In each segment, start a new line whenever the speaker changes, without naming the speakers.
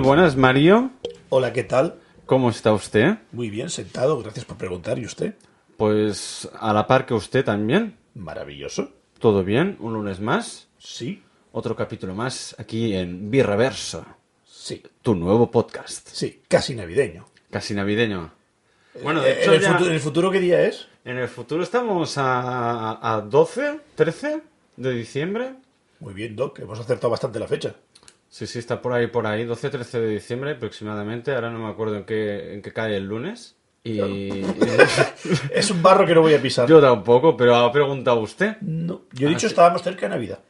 buenas, Mario.
Hola, ¿qué tal?
¿Cómo está usted?
Muy bien, sentado, gracias por preguntar. ¿Y usted?
Pues a la par que usted también.
Maravilloso.
¿Todo bien? ¿Un lunes más?
Sí,
Otro capítulo más aquí en Birreverso,
sí,
tu nuevo podcast.
sí, casi navideño.
Casi navideño. Bueno, de
Eh,
hecho,
¿en, el
ya-
futuro, ¿en el futuro qué día es?
en el futuro estamos a, a 12, 13 de diciembre.
Muy bien, Doc, hemos acertado bastante la fecha.
Sí, sí, está por ahí, por ahí, 12, 13 de diciembre aproximadamente. Ahora no me acuerdo en qué, en qué cae el lunes. Y,
Es un barro que no voy a pisar.
yo tampoco, pero ha preguntado usted.
No, yo he dicho estábamos cerca de Navidad.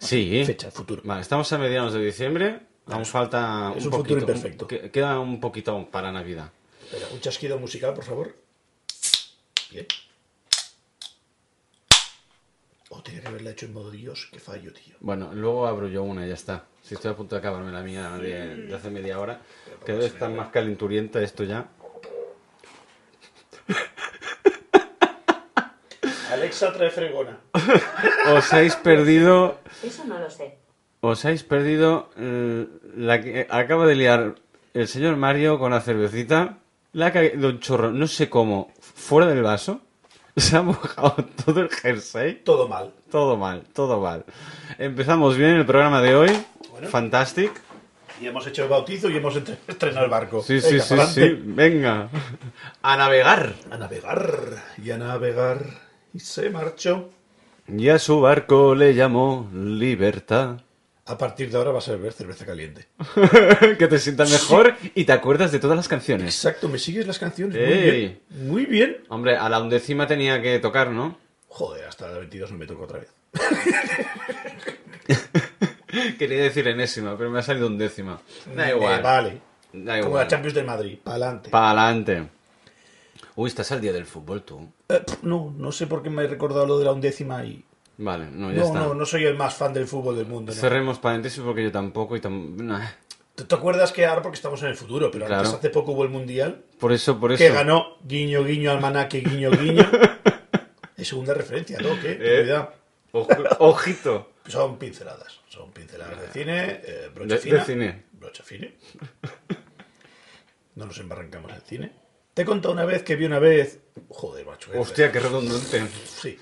Sí.
Fecha, futuro.
Vale, estamos a mediados de diciembre. Aún falta
es
un,
un futuro
poquito.
imperfecto.
que- queda un poquito aún para Navidad.
Espera, un chasquido musical, por favor. Bien. Oh, tenía que haberla hecho en modo Dios, qué fallo, tío.
Bueno, luego abro yo una y ya está. Si estoy a punto de acabarme la mía de, de hace media hora, que debe estar más calenturienta esto ya.
Alexa trae fregona.
Os habéis perdido.
Eso no lo sé.
Os habéis perdido eh, la que acaba de liar el señor Mario con la cervecita. La ha caído un chorro, no sé cómo, fuera del vaso. Se ha mojado todo el jersey.
Todo mal.
Todo mal, todo mal. Empezamos bien el programa de hoy. Fantastic.
Y hemos hecho el bautizo y hemos entre- estrenado el barco.
Sí, sí,
Venga,
sí,
pa'lante.
sí. Venga. A navegar.
A navegar y a navegar. Y se marchó.
Y a su barco le llamó Libertad.
A partir de ahora vas a beber cerveza caliente.
que te sientas mejor y te acuerdas de todas las canciones.
Exacto, me sigues las canciones.
Ey.
Muy bien. Muy bien.
Hombre, a la undécima tenía que tocar, ¿no?
Joder, hasta la 22 no me toca otra vez.
Quería decir enésima, pero me ha salido undécima. Da
Eh,
igual.
vale.
Da
Como
igual.
la Champions de Madrid. Pa'lante.
Para adelante. Uy, estás al día del fútbol tú.
Eh, pf, no, no sé por qué me he recordado lo de la undécima y...
Vale, no, ya
No,
está.
no, no soy el más fan del fútbol del mundo. ¿no?
Cerremos paréntesis porque yo tampoco y tam- nah.
¿Tú te acuerdas que ahora porque estamos en el futuro, pero antes
Claro.
hace poco hubo el Mundial
Por eso, por eso.
que ganó guiño guiño almanaque guiño guiño? es segunda referencia, ¿no? ¿Qué?
Eh.
Cuidado.
Ojo- Ojito.
Son pinceladas. Son pinceladas de cine, eh,
De-
brocha
de
fina.
cine.
Brocha fina. No nos embarrancamos en cine. Te he contado una vez que vi una vez. Joder, macho. eh,
Hostia, qué redundante.
Sí.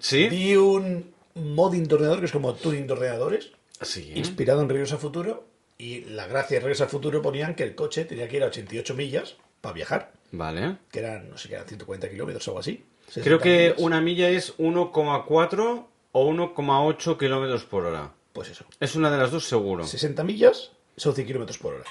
¿Sí?
Vi un modding de ordenador que es como tuning de ordenadores,
Sí.
inspirado en Regreso a Futuro. Y la gracia de Regreso a Futuro ponían que el coche tenía que ir a 88 millas para viajar,
Vale.
que eran, no sé qué, eran 140 kilómetros o algo así. 60
Creo que
millas.
una milla es 1,4 o 1,8 kilómetros por hora.
Pues eso.
Es una de las dos seguro.
60 millas son 100 kilómetros por hora.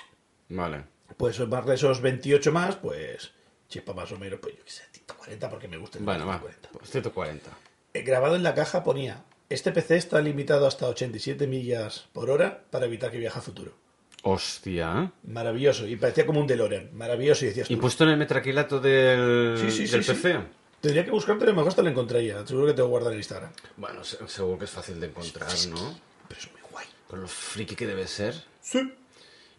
Vale.
Pues más de esos 28 más, pues chispa más o menos, pues yo qué sé, 140 porque me gusta. el
Bueno, va.
140.
Pues 140.
Eh, grabado en la caja ponía, este PC está limitado hasta 87 millas por hora para evitar que viaje a futuro.
Hostia.
Maravilloso, y parecía como un DeLorean, maravilloso, y decías,
¿Y pues-
tú,
puesto en el metraquilato del,
Sí, sí, sí,
del
sí.
PC?
tendría que buscarte, a lo mejor te lo encontraría, seguro que te lo guardan en Instagram.
Bueno, se- seguro que es fácil de encontrar, ¿no?
Pero es muy guay.
Con lo friki que debe ser.
Sí.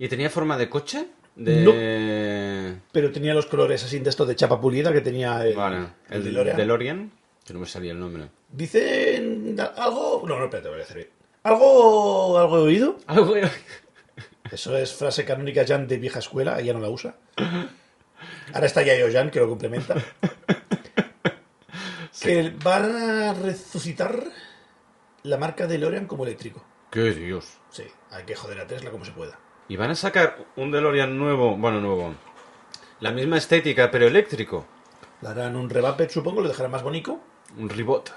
¿Y tenía forma de coche? De...
Pero tenía los colores así de esto de chapa pulida que tenía el,
Vale.
el
El,
DeLorean.
DeLorean. Que no me salía el nombre.
Dicen algo... No, no, espérate, voy a hacer bien. ¿Algo, algo he oído?
Ah, bueno.
Eso es frase canónica Jan de vieja escuela, ella no la usa. Ahora está Yayo Jan, que lo complementa. Que van a resucitar la marca de Lorean como eléctrico.
¡Qué Dios!
Sí, hay que joder a Tesla como se pueda.
Y van a sacar un DeLorean nuevo. Bueno, nuevo. La misma estética, pero eléctrico.
Le harán un revamper, supongo, lo dejarán más bonito.
Un ribot.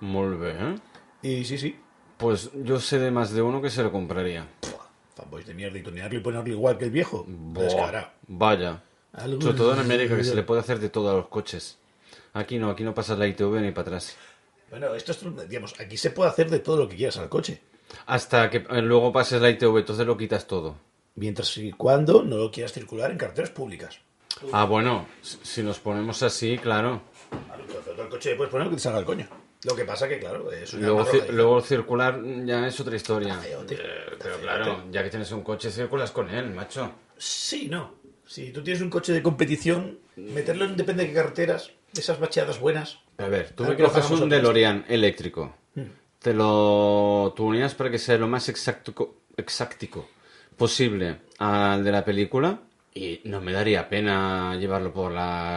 Muy bien.
Y sí, sí.
Pues yo sé de más de uno que se lo compraría.
Buah, Fanboys de mierda y tunearlo y ponerlo igual que el viejo.
Buah,
Descarado.
vaya.
Algo-
Sobre todo en América, que se le puede hacer de todo a los coches. Aquí no, aquí no pasas la ITV ni para atrás.
Bueno, esto es, digamos, aquí se puede hacer de todo lo que quieras al coche.
Hasta que eh, luego pases la ITV, entonces lo quitas todo.
Mientras y cuando no lo quieras circular en carreteras públicas.
Ah, bueno, si si nos ponemos así, claro.
Claro, entonces el coche puedes poner lo que te salga el coño. Lo que pasa que, claro, es una
Luego,
arma
ci-
arrojadiza.
luego circular mm, ya es otra historia.
Feo, tío.
Pero claro, ya que tienes un coche, circulas con él, macho.
Sí, no. Si tú tienes un coche de competición, meterlo en depende de qué carreteras, esas bacheadas buenas.
A ver, tú
Ah,
me
pero
coges
hagamos
un
otra
DeLorean eléctrico. Te lo tuneas para que sea lo más exacto, exactico posible al de la película y no me daría pena llevarlo por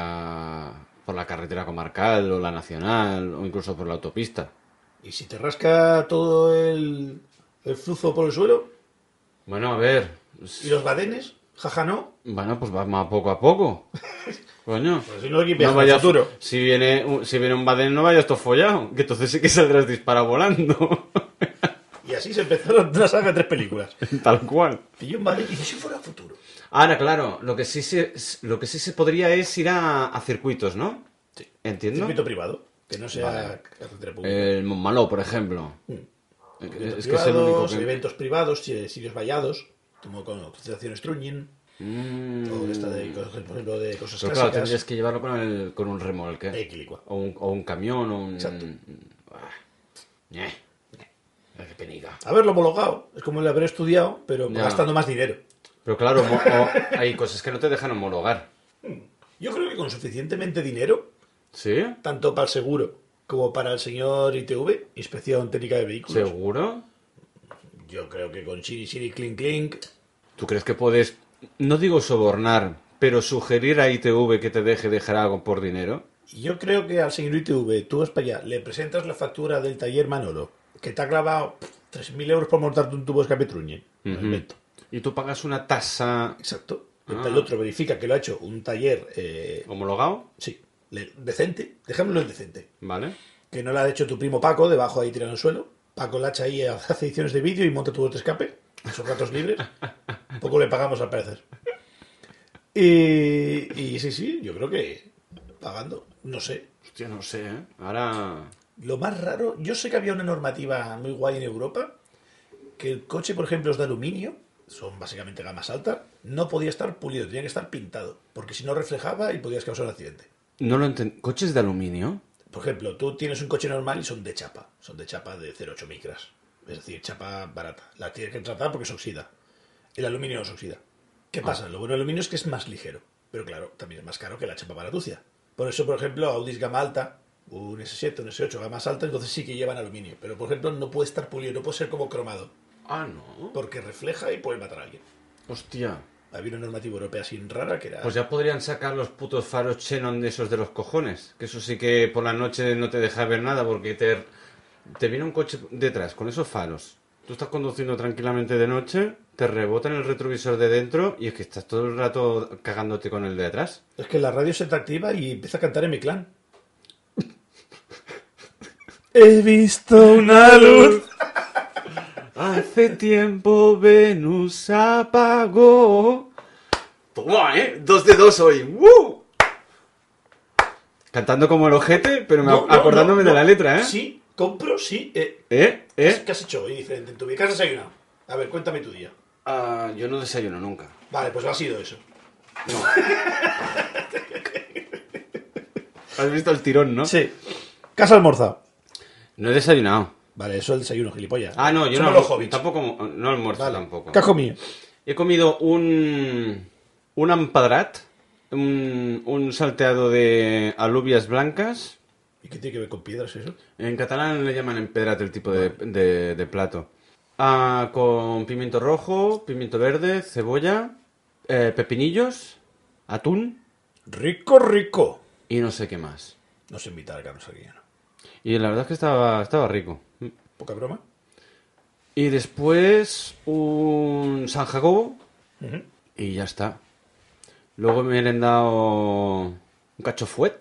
la por la carretera comarcal o la nacional o incluso por la autopista.
¿Y si te rasca todo el, el flujo por el suelo?
Bueno, a ver.
¿Y los badenes? Jaja, no.
Bueno, pues vamos poco a poco. Coño.
Pues si no, aquí viaja al
vayas-
futuro.
Si viene, un- si viene un badén, no vayas todo follado. Que entonces sí que saldrás disparado volando.
Y así se empezaron una saga de tres películas.
Tal cual.
Y un Badén, y si fuera futuro.
Ahora, claro, lo que sí se, lo que sí se podría es ir a, a circuitos, ¿no?
Sí.
Entiendo.
Circuito privado, que no sea carretera pública.
El Montmaló, por ejemplo.
Mm. Eventos
Eh, Es que es el único
privados,
que...
eventos privados, si- sitios vallados, como con concentraciones Truñin, o esta de, cosas, por ejemplo, de
Pero Mm, pues
cosas
claro,
clásicas.
tendrías que llevarlo con, el- con un remolque.
Equilicua.
O un, o un camión, o un...
Exacto.
Ah. Eh. Eh, qué penica.
Haberlo homologado, es como el haber estudiado, pero
Ya.
gastando más dinero.
Pero claro, mo- o- hay cosas que no te dejan homologar.
Yo creo que con suficientemente dinero,
¿Sí?
tanto para el seguro como para el señor ITV, Inspección Técnica de Vehículos,
¿Seguro?
yo creo que con Siri Siri Clink Clink,
¿Tú crees que puedes, no digo sobornar, pero sugerir a ITV que te deje dejar algo por dinero?
yo creo que al señor ITV, tú vas para allá, le presentas la factura del taller Manolo, que te ha clavado pff, 3.000 euros por montarte un tubo de escape Truñin. Me
Ujú.
invento.
Y tú pagas una tasa
Exacto.
Ah.
El otro verifica que lo ha hecho un taller, eh,
homologado,
sí, le- decente, dejémoslo en decente,
¿vale?
que no lo ha hecho tu primo Paco, debajo ahí tirado en el suelo. Paco Lacha ahí hace ediciones de vídeo y monta tu otro escape, en sus ratos libres. Poco le pagamos al parecer. Y, y sí, sí, yo creo que pagando, no sé.
Hostia, no sé, ¿eh? Ahora...
Lo más raro, yo sé que había una normativa muy guay en Europa, que el coche, por ejemplo, es de aluminio, son básicamente gamas altas, no podía estar pulido, tenía que estar pintado, porque si no reflejaba y podías causar un accidente.
No lo entiendo. ¿Coches de aluminio?
Por ejemplo, tú tienes un coche normal y son de chapa, son de chapa de 0,8 micras, es decir, chapa barata. La tienes que tratar porque se oxida. El aluminio no se oxida. ¿Qué pasa? Lo bueno del aluminio es que es más ligero, pero claro, también es más caro que la chapa baratucia. Por eso, por ejemplo, Audis gama alta, un S7, un S8 gamas alta, entonces sí que llevan aluminio, pero por ejemplo no puede estar pulido, no puede ser como cromado,
Ah, no.
porque refleja y puede matar a alguien.
Hostia.
Había una normativa europea sin rara que era...
Pues ya podrían sacar los putos faros Xenon de esos de los cojones. Que eso sí que por la noche no te deja ver nada porque te, te viene un coche detrás con esos faros. Tú estás conduciendo tranquilamente de noche, te rebota en el retrovisor de dentro y es que estás todo el rato cagándote con el de atrás.
Es que la radio se te activa y empieza a cantar en mi clan.
He visto una luz. Hace tiempo Venus apagó. Toma, ¿eh? Dos de dos hoy. ¡Woo! Cantando como el ojete, pero me-
No, no,
acordándome
no,
de la
no.
letra, ¿eh?
Sí, compro, sí. Eh,
¿Eh? ¿Eh?
¿Qué has hecho hoy diferente en tu vida? ¿Qué has desayunado? A ver, cuéntame tu día.
Ah, yo no desayuno nunca.
Vale, pues ha sido eso.
Has visto el tirón, ¿no?
Sí. ¿Qué has almorzado?
No he desayunado.
Vale, eso es el desayuno, gilipollas.
Ah, no, yo
Somos
no.
los hobbits.
Tampoco no almuerzo
Vale.
tampoco.
¿Qué has comido?
He comido un. un empadrat, un, un salteado de alubias blancas.
¿Y qué tiene que ver con piedras eso?
En catalán le llaman empedrat el tipo de, de- de plato. Ah, con pimiento rojo, pimiento verde, cebolla, eh, pepinillos, atún
Rico, rico.
y no sé qué más.
Nos invita a Carlos Arguiñano.
Y la verdad es que estaba, estaba rico.
Poca broma.
Y después un San Jacobo
Ujú.
y ya está. Luego me han dado un cachofuet.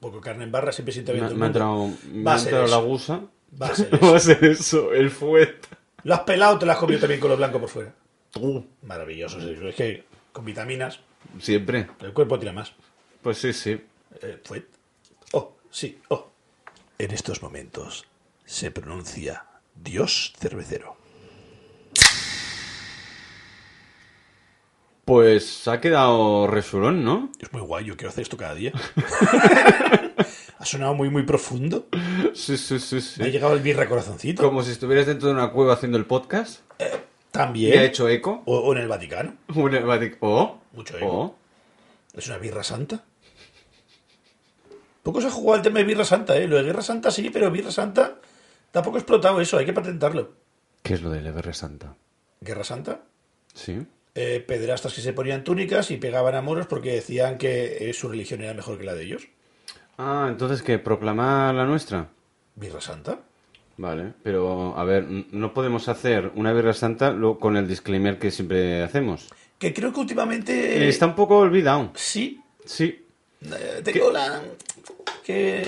Poco carne en barra siempre siente
Me,
bien. todo el
me ha entrado,
mundo.
me
Va
ha
a ser
entrado la
eso.
gusa.
Va a ser
Va
eso.
a ser eso, el fuet.
Lo has pelado o te lo has comido también con lo blanco por fuera. Maravilloso. sí. Es que con vitaminas
Siempre.
el cuerpo tira más.
Pues sí, sí.
Eh, fue- Oh, sí, oh. En estos momentos se pronuncia Dios cervecero.
Pues ha quedado resulón, ¿no?
Es muy guay, yo quiero hacer esto cada día. ha sonado muy, muy profundo.
Sí, sí, sí,
Me ha
sí.
llegado el birra corazoncito.
Como si estuvieras dentro de una cueva haciendo el podcast. Y
También.
ha hecho eco.
O, o en el Vaticano.
Bueno, va a decir, Oh,
Mucho
oh.
eco. Es una birra santa. Poco se ha jugado el tema de birra santa, ¿eh? Lo de birra santa sí, pero birra santa tampoco ha explotado eso. Hay que patentarlo.
¿Qué es lo de la Guerra Santa?
¿Guerra santa?
Sí.
eh, pederastas que se ponían túnicas y pegaban a moros porque decían que eh, su religión era mejor que la de ellos.
Ah, entonces, ¿qué? ¿Proclamar la nuestra?
Birra Santa.
Vale, pero a ver, n- no podemos hacer una birra santa lo- con el disclaimer que siempre hacemos.
Que creo que últimamente.
Está un poco olvidado.
Eh, Sí.
Sí.
eh, tengo la. Que.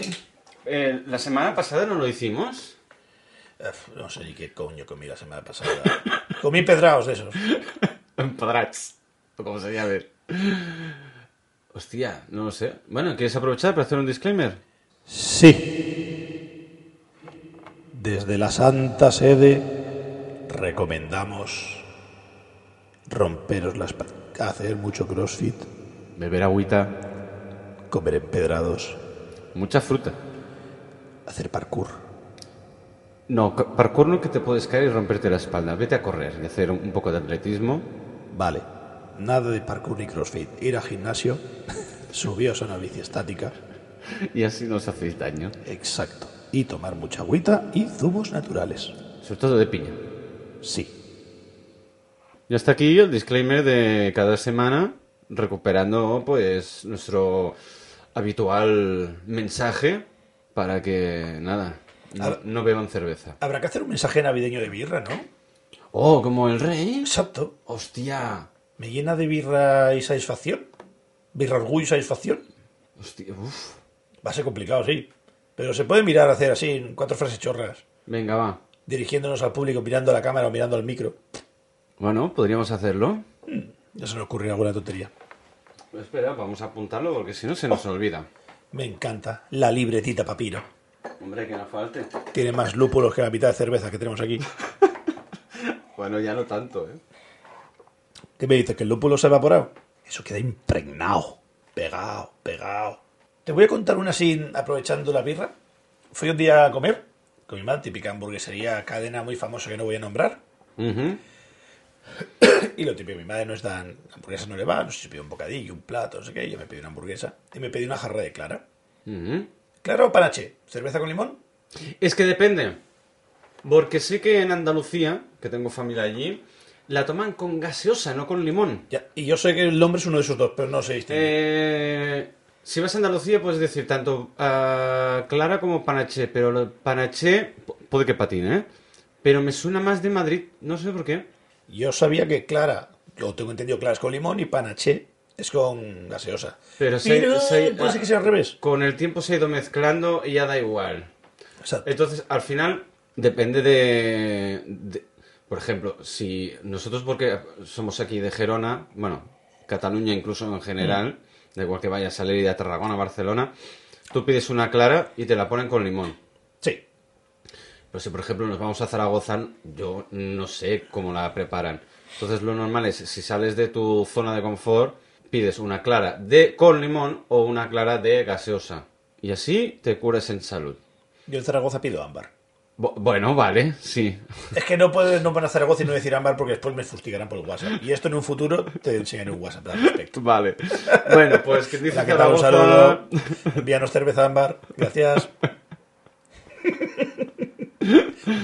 Eh, la semana pasada no lo hicimos.
Uf, no sé ni qué coño comí la semana pasada. comí pedraos de esos.
Padrats. O como se llama. Hostia, no lo sé. Bueno, ¿quieres aprovechar para hacer un disclaimer?
Sí. Desde la Santa Sede recomendamos romperos las pa- hacer mucho crossfit,
Beber agüita,
comer empedrados,
mucha fruta.
hacer parkour.
No, c- parkour no que te puedes caer y romperte la espalda. Vete a correr y hacer un un poco de atletismo.
Vale, nada de parkour ni crossfit. Ir al gimnasio, subíos a una bici estática,
Y así no os hacéis daño.
exacto. Y tomar mucha agüita y zumos naturales.
Sobre todo de piña.
Sí.
Y hasta aquí el disclaimer de cada semana, recuperando pues nuestro habitual mensaje para que nada, no,
Ahora-
no beban cerveza.
Habrá que hacer un mensaje navideño de birra, ¿no?
Oh, como el rey.
Exacto.
Hostia.
¿Me llena de birra y satisfacción? ¿Birra orgullo y satisfacción?
Hostia, uf.
Va a ser complicado, sí. Pero se puede mirar, hacer así, en cuatro frases chorras,
Venga, va.
dirigiéndonos al público, mirando a la cámara o mirando al micro.
Bueno, podríamos hacerlo.
Ya se nos ocurrió alguna tontería.
Espera, vamos a apuntarlo porque si no se nos olvida.
Me encanta la libretita papiro.
Hombre, que no falte.
Tiene más lúpulos que la mitad de cerveza que tenemos aquí.
Bueno, ya no tanto, ¿eh?
¿Qué me dices? ¿Que el lúpulo se ha evaporado? Eso queda impregnado. Pegado, pegado. Te voy a contar una sin aprovechando la birra. Fui un día a comer con mi madre, típica hamburguesería, cadena muy famosa que no voy a nombrar.
Ujú.
Y lo típico, mi madre no es tan... Hamburguesa no le va, no sé si pidió un bocadillo, un plato, no sé qué. Yo me pedí una hamburguesa y me pedí una jarra de clara.
Ujú.
¿Clara o panache? ¿Cerveza con limón?
Es que depende. Porque sé que en Andalucía, que tengo familia allí, la toman con gaseosa, no con limón.
Ya. Y yo sé que el hombre es uno de esos dos, pero no sé distingue.
Eh, si vas a Andalucía puedes decir tanto ah, clara como panache, pero lo- panache po- puede que patine, ¿eh? Pero me suena más de Madrid, no sé por qué.
Yo sabía que clara, lo tengo entendido, clara es con limón y panache es con gaseosa.
Pero se- se-
puede ser que sea al revés.
Con el tiempo se ha ido mezclando y ya da igual.
Exacto.
Entonces, al final, depende de, de- Por ejemplo, si nosotros, porque somos aquí de Gerona, bueno, Cataluña incluso en general, da igual que vayas a Lérida, Tarragona, Barcelona, tú pides una clara y te la ponen con limón.
Sí.
Pero si, por ejemplo, nos vamos a Zaragoza, yo no sé cómo la preparan. Entonces, lo normal es, si sales de tu zona de confort, pides una clara de con limón o una clara de gaseosa. Y así te curas en salud.
Yo en Zaragoza pido ámbar.
Bu- bueno, vale, sí.
Es que no puedes no van a Zaragoza y no decir ámbar porque después me fustigarán por el WhatsApp. Y esto en un futuro te enseñaré un WhatsApp al respecto.
Vale. Bueno, pues que dice
Hola, ¿qué tal? Un
Zaragoza-
saludo. Envíanos cerveza ámbar. Gracias.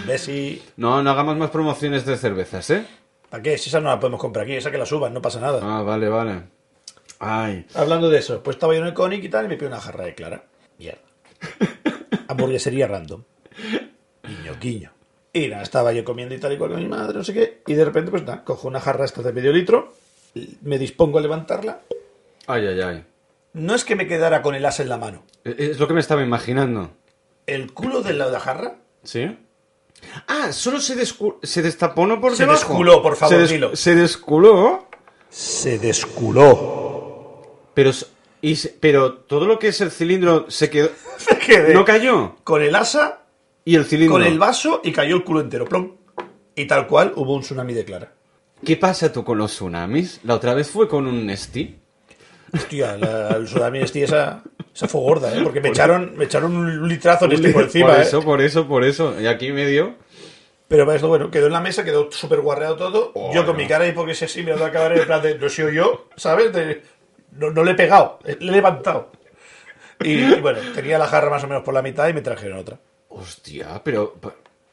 Messi.
No, no hagamos más promociones de cervezas, ¿eh?
¿Para qué? Si esa no la podemos comprar aquí, esa que la suban, no pasa nada.
Ah, vale, vale. Ay.
Hablando de eso, pues estaba yo en el Conic y tal y me pido una jarra de clara. Mierda. Hamburguesería random. Guiño, guiño. Y nada, estaba yo comiendo y tal y cual con mi madre, no sé qué. Y de repente, pues nada, cojo una jarra esta de medio litro, me dispongo a levantarla.
Ay, ay, ay.
No es que me quedara con el as en la mano.
E- Es lo que me estaba imaginando.
El culo de la jarra
¿Sí? Ah, solo se, descu- se destapó, no por
Se
debajo.
desculó, por favor,
se des-
dilo.
Se desculó,
se desculó.
pero, s- y se- pero todo lo que es el cilindro se quedó...
Me quedé
No cayó.
con el asa,
Y el cilindro...
con el vaso y cayó el culo entero. Plom. Y tal cual hubo un tsunami de clara.
¿Qué pasa tú con los tsunamis? La otra vez fue con un Nesti.
Hostia, la, el tsunami este, esa, esa fue gorda, ¿eh? Porque me echaron, me echaron un litrazo en este por encima,
por
¿eh?
eso, por eso, por eso. Y aquí medio...
Pero para esto, bueno, quedó en la mesa, quedó súper guarreado todo.
Oh,
yo con
no.
mi cara y porque si así, mirando la cámara en plan de, no he sido yo, ¿sabes? De- no, no le he pegado, le he levantado. Y, y bueno, tenía la jarra más o menos por la mitad y me trajeron otra.
Hostia, pero... eh,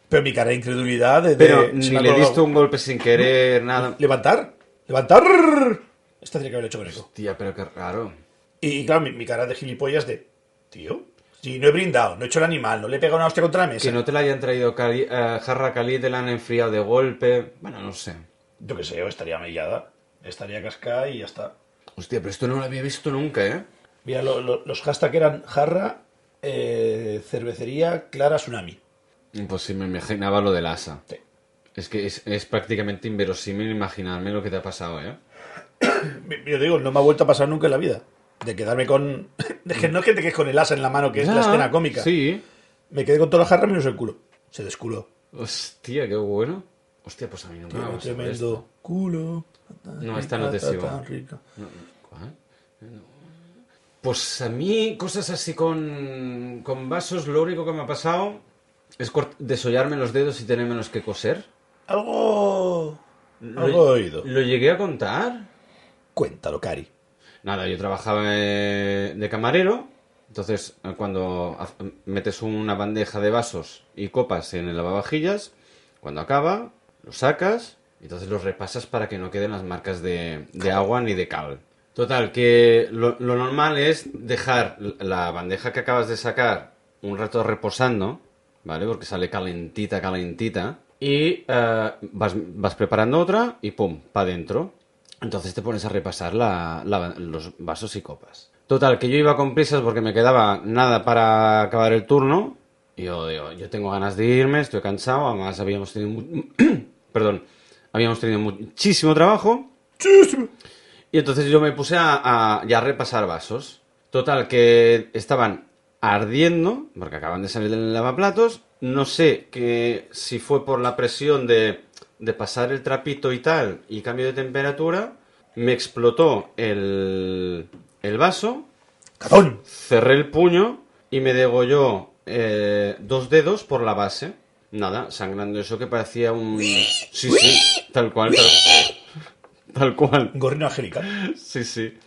Pero mi cara de incredulidad de... de-
Pero
se
ni
me ha
le
colgado.
diste un golpe sin querer, nada.
¿Levantar? ¡Levantar! Esta tiene que haber hecho con eco.
Tía, pero qué raro.
Y claro, mi, mi cara de gilipollas de. Tío, si no he brindado, no he hecho el animal, no le he pegado una hostia contra la mesa.
Que no te la hayan traído cali- eh, jarra caliente, la han enfriado de golpe. Bueno, no sé.
Yo qué sé, yo estaría mellada. Estaría cascada y ya está.
Hostia, pero esto no lo había visto nunca, ¿eh?
Mira, lo- lo- los hashtag eran jarra, eh, cervecería, clara, tsunami.
Pues sí, me imaginaba lo del asa.
Sí.
Es que es, es prácticamente inverosímil imaginarme lo que te ha pasado, ¿eh?
Mi- Yo digo, no me ha vuelto a pasar nunca en la vida. De quedarme con. de que no es que te quedes con el asa en la mano, que es la
Ya,
escena cómica.
Ah, Sí.
Me quedé con toda la jarra menos el culo. Se desculó.
Hostia, qué bueno. Hostia, pues a mí no me
Tiene
va a
un
pasar
tremendo
esto.
culo.
No, esta no te
Tan
sigo.
rica.
No, no, ¿cuál? No. Pues a mí, cosas así con, con vasos, lo único que me ha pasado es cort- desollarme los dedos y tenérmelos que coser.
Algo.
Lo-
Algo he oído.
¿Lo llegué a contar?
Cuéntalo, Cari.
Nada, yo trabajaba eh, de camarero. Entonces, eh, cuando haz- metes una bandeja de vasos y copas en el lavavajillas, cuando acaba, los sacas y entonces los repasas para que no queden las marcas de, de agua ni de cal. Total, que lo, lo normal es dejar l- la bandeja que acabas de sacar un rato reposando, ¿vale? Porque sale calentita, calentita. Y eh, vas, vas preparando otra y pum, para adentro. Entonces te pones a repasar la- la- los vasos y copas. Total, que yo iba con prisas porque me quedaba nada para acabar el turno. Y yo digo, yo tengo ganas de irme, estoy cansado. Además, habíamos tenido, mu- perdón, habíamos tenido muchísimo trabajo. Y entonces yo me puse a, a ya repasar vasos. Total, que estaban ardiendo, porque acaban de salir del lavaplatos. No sé que si fue por la presión de, de pasar el trapito y tal, y cambio de temperatura, me explotó el, el vaso,
¡Catón!
cerré el puño y me degolló eh, dos dedos por la base. Nada, sangrando eso que parecía un... Sí, sí, tal cual. tal- tal cual.
Un gorrino angelical.
Sí, sí.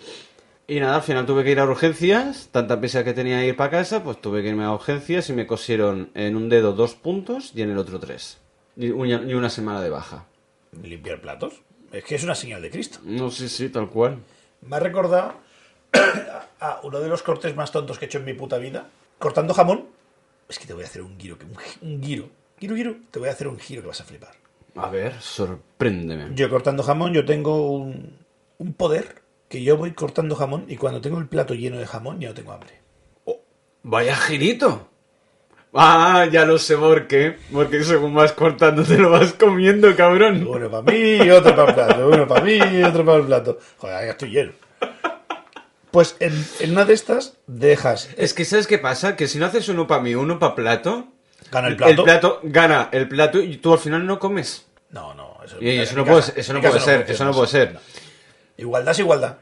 Y nada, al final tuve que ir a urgencias. Tanta prisa que tenía ir para casa, pues tuve que irme a urgencias y me cosieron en un dedo dos puntos y en el otro tres. Y una, y una semana de baja.
Limpiar platos. Es que es una señal de Cristo.
No, sí, sí, tal cual.
Me ha recordado a uno de los cortes más tontos que he hecho en mi puta vida. Cortando jamón. Es que te voy a hacer un giro. que- Un, gi- un giro. Giro, giro. Te voy a hacer un giro que vas a flipar.
A ver, sorpréndeme.
Yo cortando jamón, yo tengo un, un poder que yo voy cortando jamón y cuando tengo el plato lleno de jamón ya no tengo hambre.
¡Vaya girito! Ah, ya lo sé por qué. Porque según vas cortando te lo vas comiendo, cabrón.
Uno para mí y otro para el plato. Uno para mí y otro para el plato. Joder, ya estoy lleno. Pues en, en una de estas dejas.
Es que ¿sabes qué pasa? Que si no haces uno para mí, uno para plato,
Gana el plato.
el plato gana el plato y tú al final no comes.
No, no. Eso,
Y eso
en
no
mi
puede
casa-
ser- eso
en
no
mi casa
puede ser,
funciona
eso no puede ser.
Igualdad es igualdad.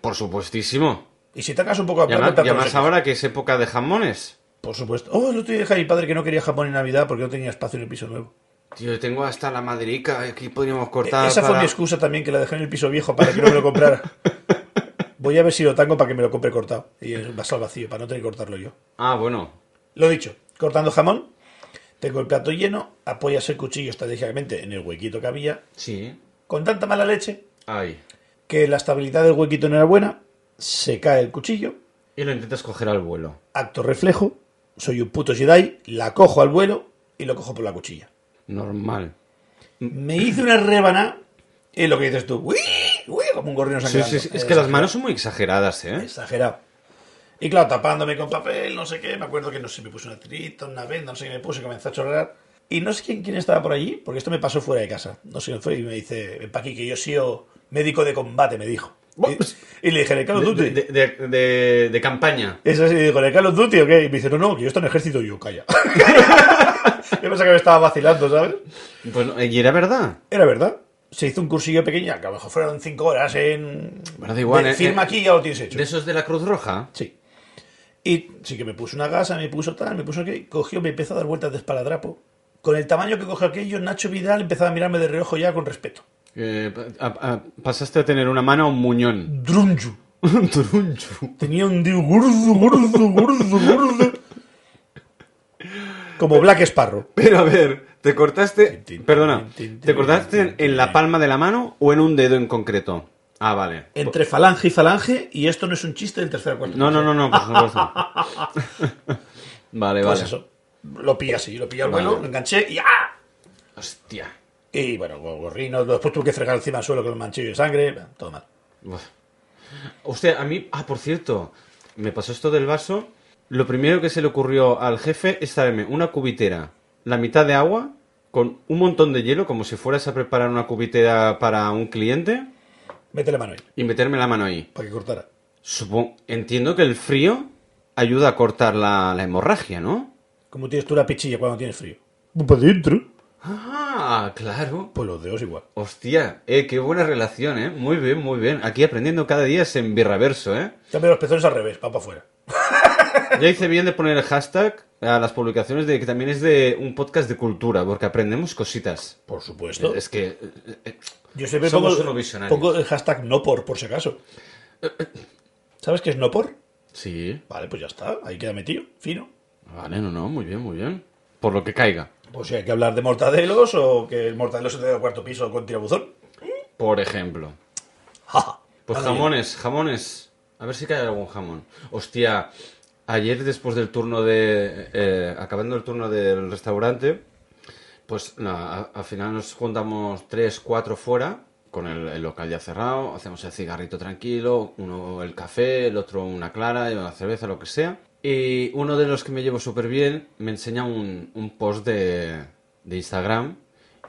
Por supuestísimo.
Y si tacas un poco a
Y
plato,
además,
tanto
y
no
además
sé qué.
ahora que es época de jamones.
Por supuesto. Oh, el otro día dije a mi padre que no quería jamón en Navidad porque no tenía espacio en el piso nuevo.
Tío, tengo hasta la maderica. Aquí podríamos cortar.
E-, Esa fue
para-
mi excusa también, que la dejé en el piso viejo para que no me lo comprara. Voy a ver si lo tango para que me lo compre cortado. Y el vaso al vacío, para no tener que cortarlo yo.
Ah, bueno.
Lo dicho, cortando jamón, tengo el plato lleno, apoyas el cuchillo estratégicamente en el huequito que había,
Sí.
con tanta mala leche
Ay.
que la estabilidad del huequito no era buena, se cae el cuchillo,
Y lo intentas coger al vuelo.
acto reflejo, soy un puto Jedi, la cojo al vuelo y lo cojo por la cuchilla.
Normal. Mm.
Me hice una rebanada y lo que dices tú, uy, uy, como un gorrión
Sí,
sangrando. Eh,
sí, sí. Es que las manos son muy exageradas, ¿eh?
Exagerado. Y claro, tapándome con papel, no sé qué, me acuerdo que no sé, me puse una tirita, una venda, no sé qué me puse, comencé a chorrear. Y no sé quién, quién estaba por allí, porque esto me pasó fuera de casa. No sé quién fue, y me dice, ven pa' aquí, que yo he sido médico de combate, me dijo. Y, y le dije, ¿en el Call of
De,
Duty?
de- de- de- de campaña.
Eso sí, digo, ¿en el Call of Duty o qué? Y me dice, no, no, que yo estoy en el ejército, y yo, calla. yo pensaba que me estaba vacilando, ¿sabes?
Pues no- y era verdad.
Era verdad. Se hizo un cursillo pequeño, que a lo mejor fueron cinco horas en...
Bueno, da igual,
de-
eh,
firma
eh,
aquí y ya lo tienes hecho.
De esos de la Cruz Roja.
Sí. Y sí que me puso una gasa, me puso tal, me puso que cogió, me empezó a dar vueltas de espaladrapo. Con el tamaño que cogió aquello, Nacho Vidal empezaba a mirarme de reojo ya con respeto.
eh, pa- a- a- pasaste a tener una mano a un muñón.
Drunju.
Un truncho.
Tenía un dedo gordo, gordo, gordo, gordo. Como Black Sparrow.
Pero a ver, ¿te cortaste.
Tin, tin,
Perdona,
tin, tin,
¿te
tin,
cortaste
tin,
en, en la palma de la mano o en un dedo en concreto? Ah, vale.
Entre falange y falange, y esto no es un chiste del tercer cuarto.
No, no, no, no, por supuesto. vale,
Pues
vale.
eso. Lo pilla así, lo pilla al
Vale.
vuelo, lo enganché y ¡ah!
Hostia.
Y bueno, go- gorrino, después tuve que fregar encima del suelo con el manchillo de sangre, bueno, todo mal.
Buah. Hostia, a mí. Ah, por cierto, me pasó esto del vaso. Lo primero que se le ocurrió al jefe es darme una cubitera, la mitad de agua, con un montón de hielo, como si fueras a preparar una cubitera para un cliente,
Métele mano ahí,
y meterme la mano ahí.
para que cortara.
Supongo, entiendo que el frío ayuda a cortar la, la hemorragia, ¿no?
Como tienes tú la pichilla cuando tienes frío. Pues Para adentro.
Ah, claro.
Pues los dedos igual.
Hostia, eh, qué buena relación, ¿eh? Muy bien, muy bien. Aquí aprendiendo cada día es en birraverso, ¿eh?
Cambio los pezones al revés, va para afuera.
Ya hice bien de poner el hashtag a las publicaciones de que también es de un podcast de cultura, porque aprendemos cositas.
Por supuesto.
Es que... eh, eh,
Yo siempre
Somos
pongo,
unos visionarios.
pongo el hashtag no por, por si acaso. ¿Sabes qué es no por?
Sí,
Vale, pues ya está, ahí queda metido, fino.
vale, no, no, muy bien, muy bien. Por lo que caiga.
Pues si hay que hablar de mortadelos o que el mortadelo se te da al cuarto piso con tirabuzón.
Por ejemplo.
Ja, ja.
Pues
Nada
jamones, jamones. A ver si cae algún jamón. Hostia, ayer después del turno de... eh, acabando el turno del restaurante, pues na- a- al final nos juntamos tres, cuatro fuera, con el, el local ya cerrado, hacemos el cigarrito tranquilo, uno el café, el otro una clara, y una cerveza, lo que sea. Y uno de los que me llevo súper bien me enseña un, un post de, de Instagram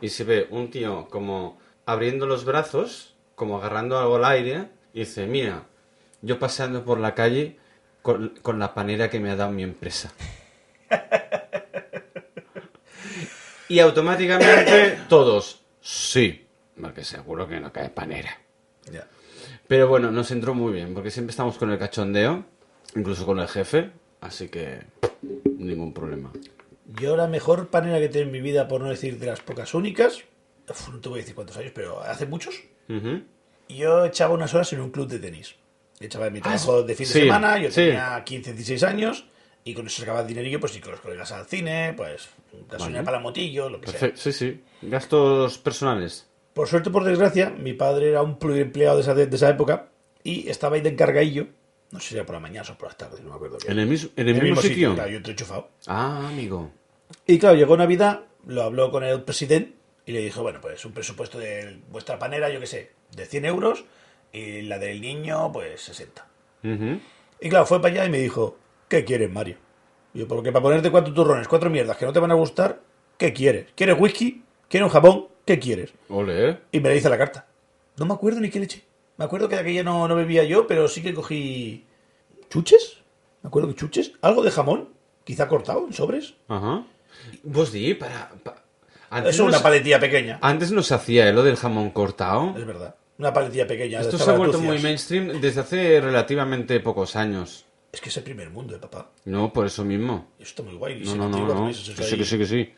y se ve un tío como abriendo los brazos, como agarrando algo al aire, y dice, mira, yo paseando por la calle con, con la panera que me ha dado mi empresa. Y automáticamente todos, sí, porque seguro que no cae panera.
bien. Ya.
Pero bueno, nos entró muy bien, porque siempre estamos con el cachondeo, incluso con el jefe, así que ningún problema.
Yo la mejor panera que he tenido en mi vida, por no decir de las pocas únicas, uf, no te voy a decir cuántos años, pero hace muchos,
Ujú.
yo echaba unas horas en un club de tenis. Echaba mi trabajo
Ah, sí.
de fin de
Sí,
semana, yo
sí.
tenía 15, 16 años, y con eso sacaba el dinerillo, pues y con los colegas al cine, pues gasolina
Vale.
para la motillo, lo que sea.
Perfe- Sí, sí, gastos personales.
Por suerte, por desgracia, mi padre era un pluriempleado de esa, de esa época y estaba ahí de encargadillo. No sé si era por la mañana o por las tardes, no me acuerdo. bien.
¿En el, mis- en el
En el
mismo sitio?
Claro, yo te he enchufado.
Ah, amigo.
Y claro, llegó Navidad, lo habló con el presidente y le dijo, bueno, pues un presupuesto de vuestra panera, yo qué sé, de 100 euros y la del niño, pues 60.
Ujú.
Y claro, fue para allá y me dijo, ¿qué quieres, Mario? Y yo, porque para ponerte cuatro turrones, cuatro mierdas que no te van a gustar, ¿qué quieres? ¿Quieres whisky? ¿Quieres un jabón? ¿Qué quieres?
Ole, ¿eh?
Y me le hice la carta. No me acuerdo ni qué leche. Me acuerdo que de aquella no, no bebía yo, pero sí que cogí. ¿Chuches? Me acuerdo que chuches. Algo de jamón, quizá cortado en sobres.
Ajá. Vos di, para... pa- Antes,
Eso,
nos,
una paletilla pequeña.
antes nos hacía ¿eh? lo del jamón cortado.
Es verdad. Una paletilla pequeña.
Esto se
estaba
ha vuelto
Lucias.
muy mainstream desde hace relativamente pocos años.
Es que es el primer mundo, eh, papá.
No, por eso mismo.
Esto está muy guay. y
No,
se
no, no,
mantiene
no.
cuatro
Que
meses, eso
sí,
ahí. Mm.
que sí, que sí.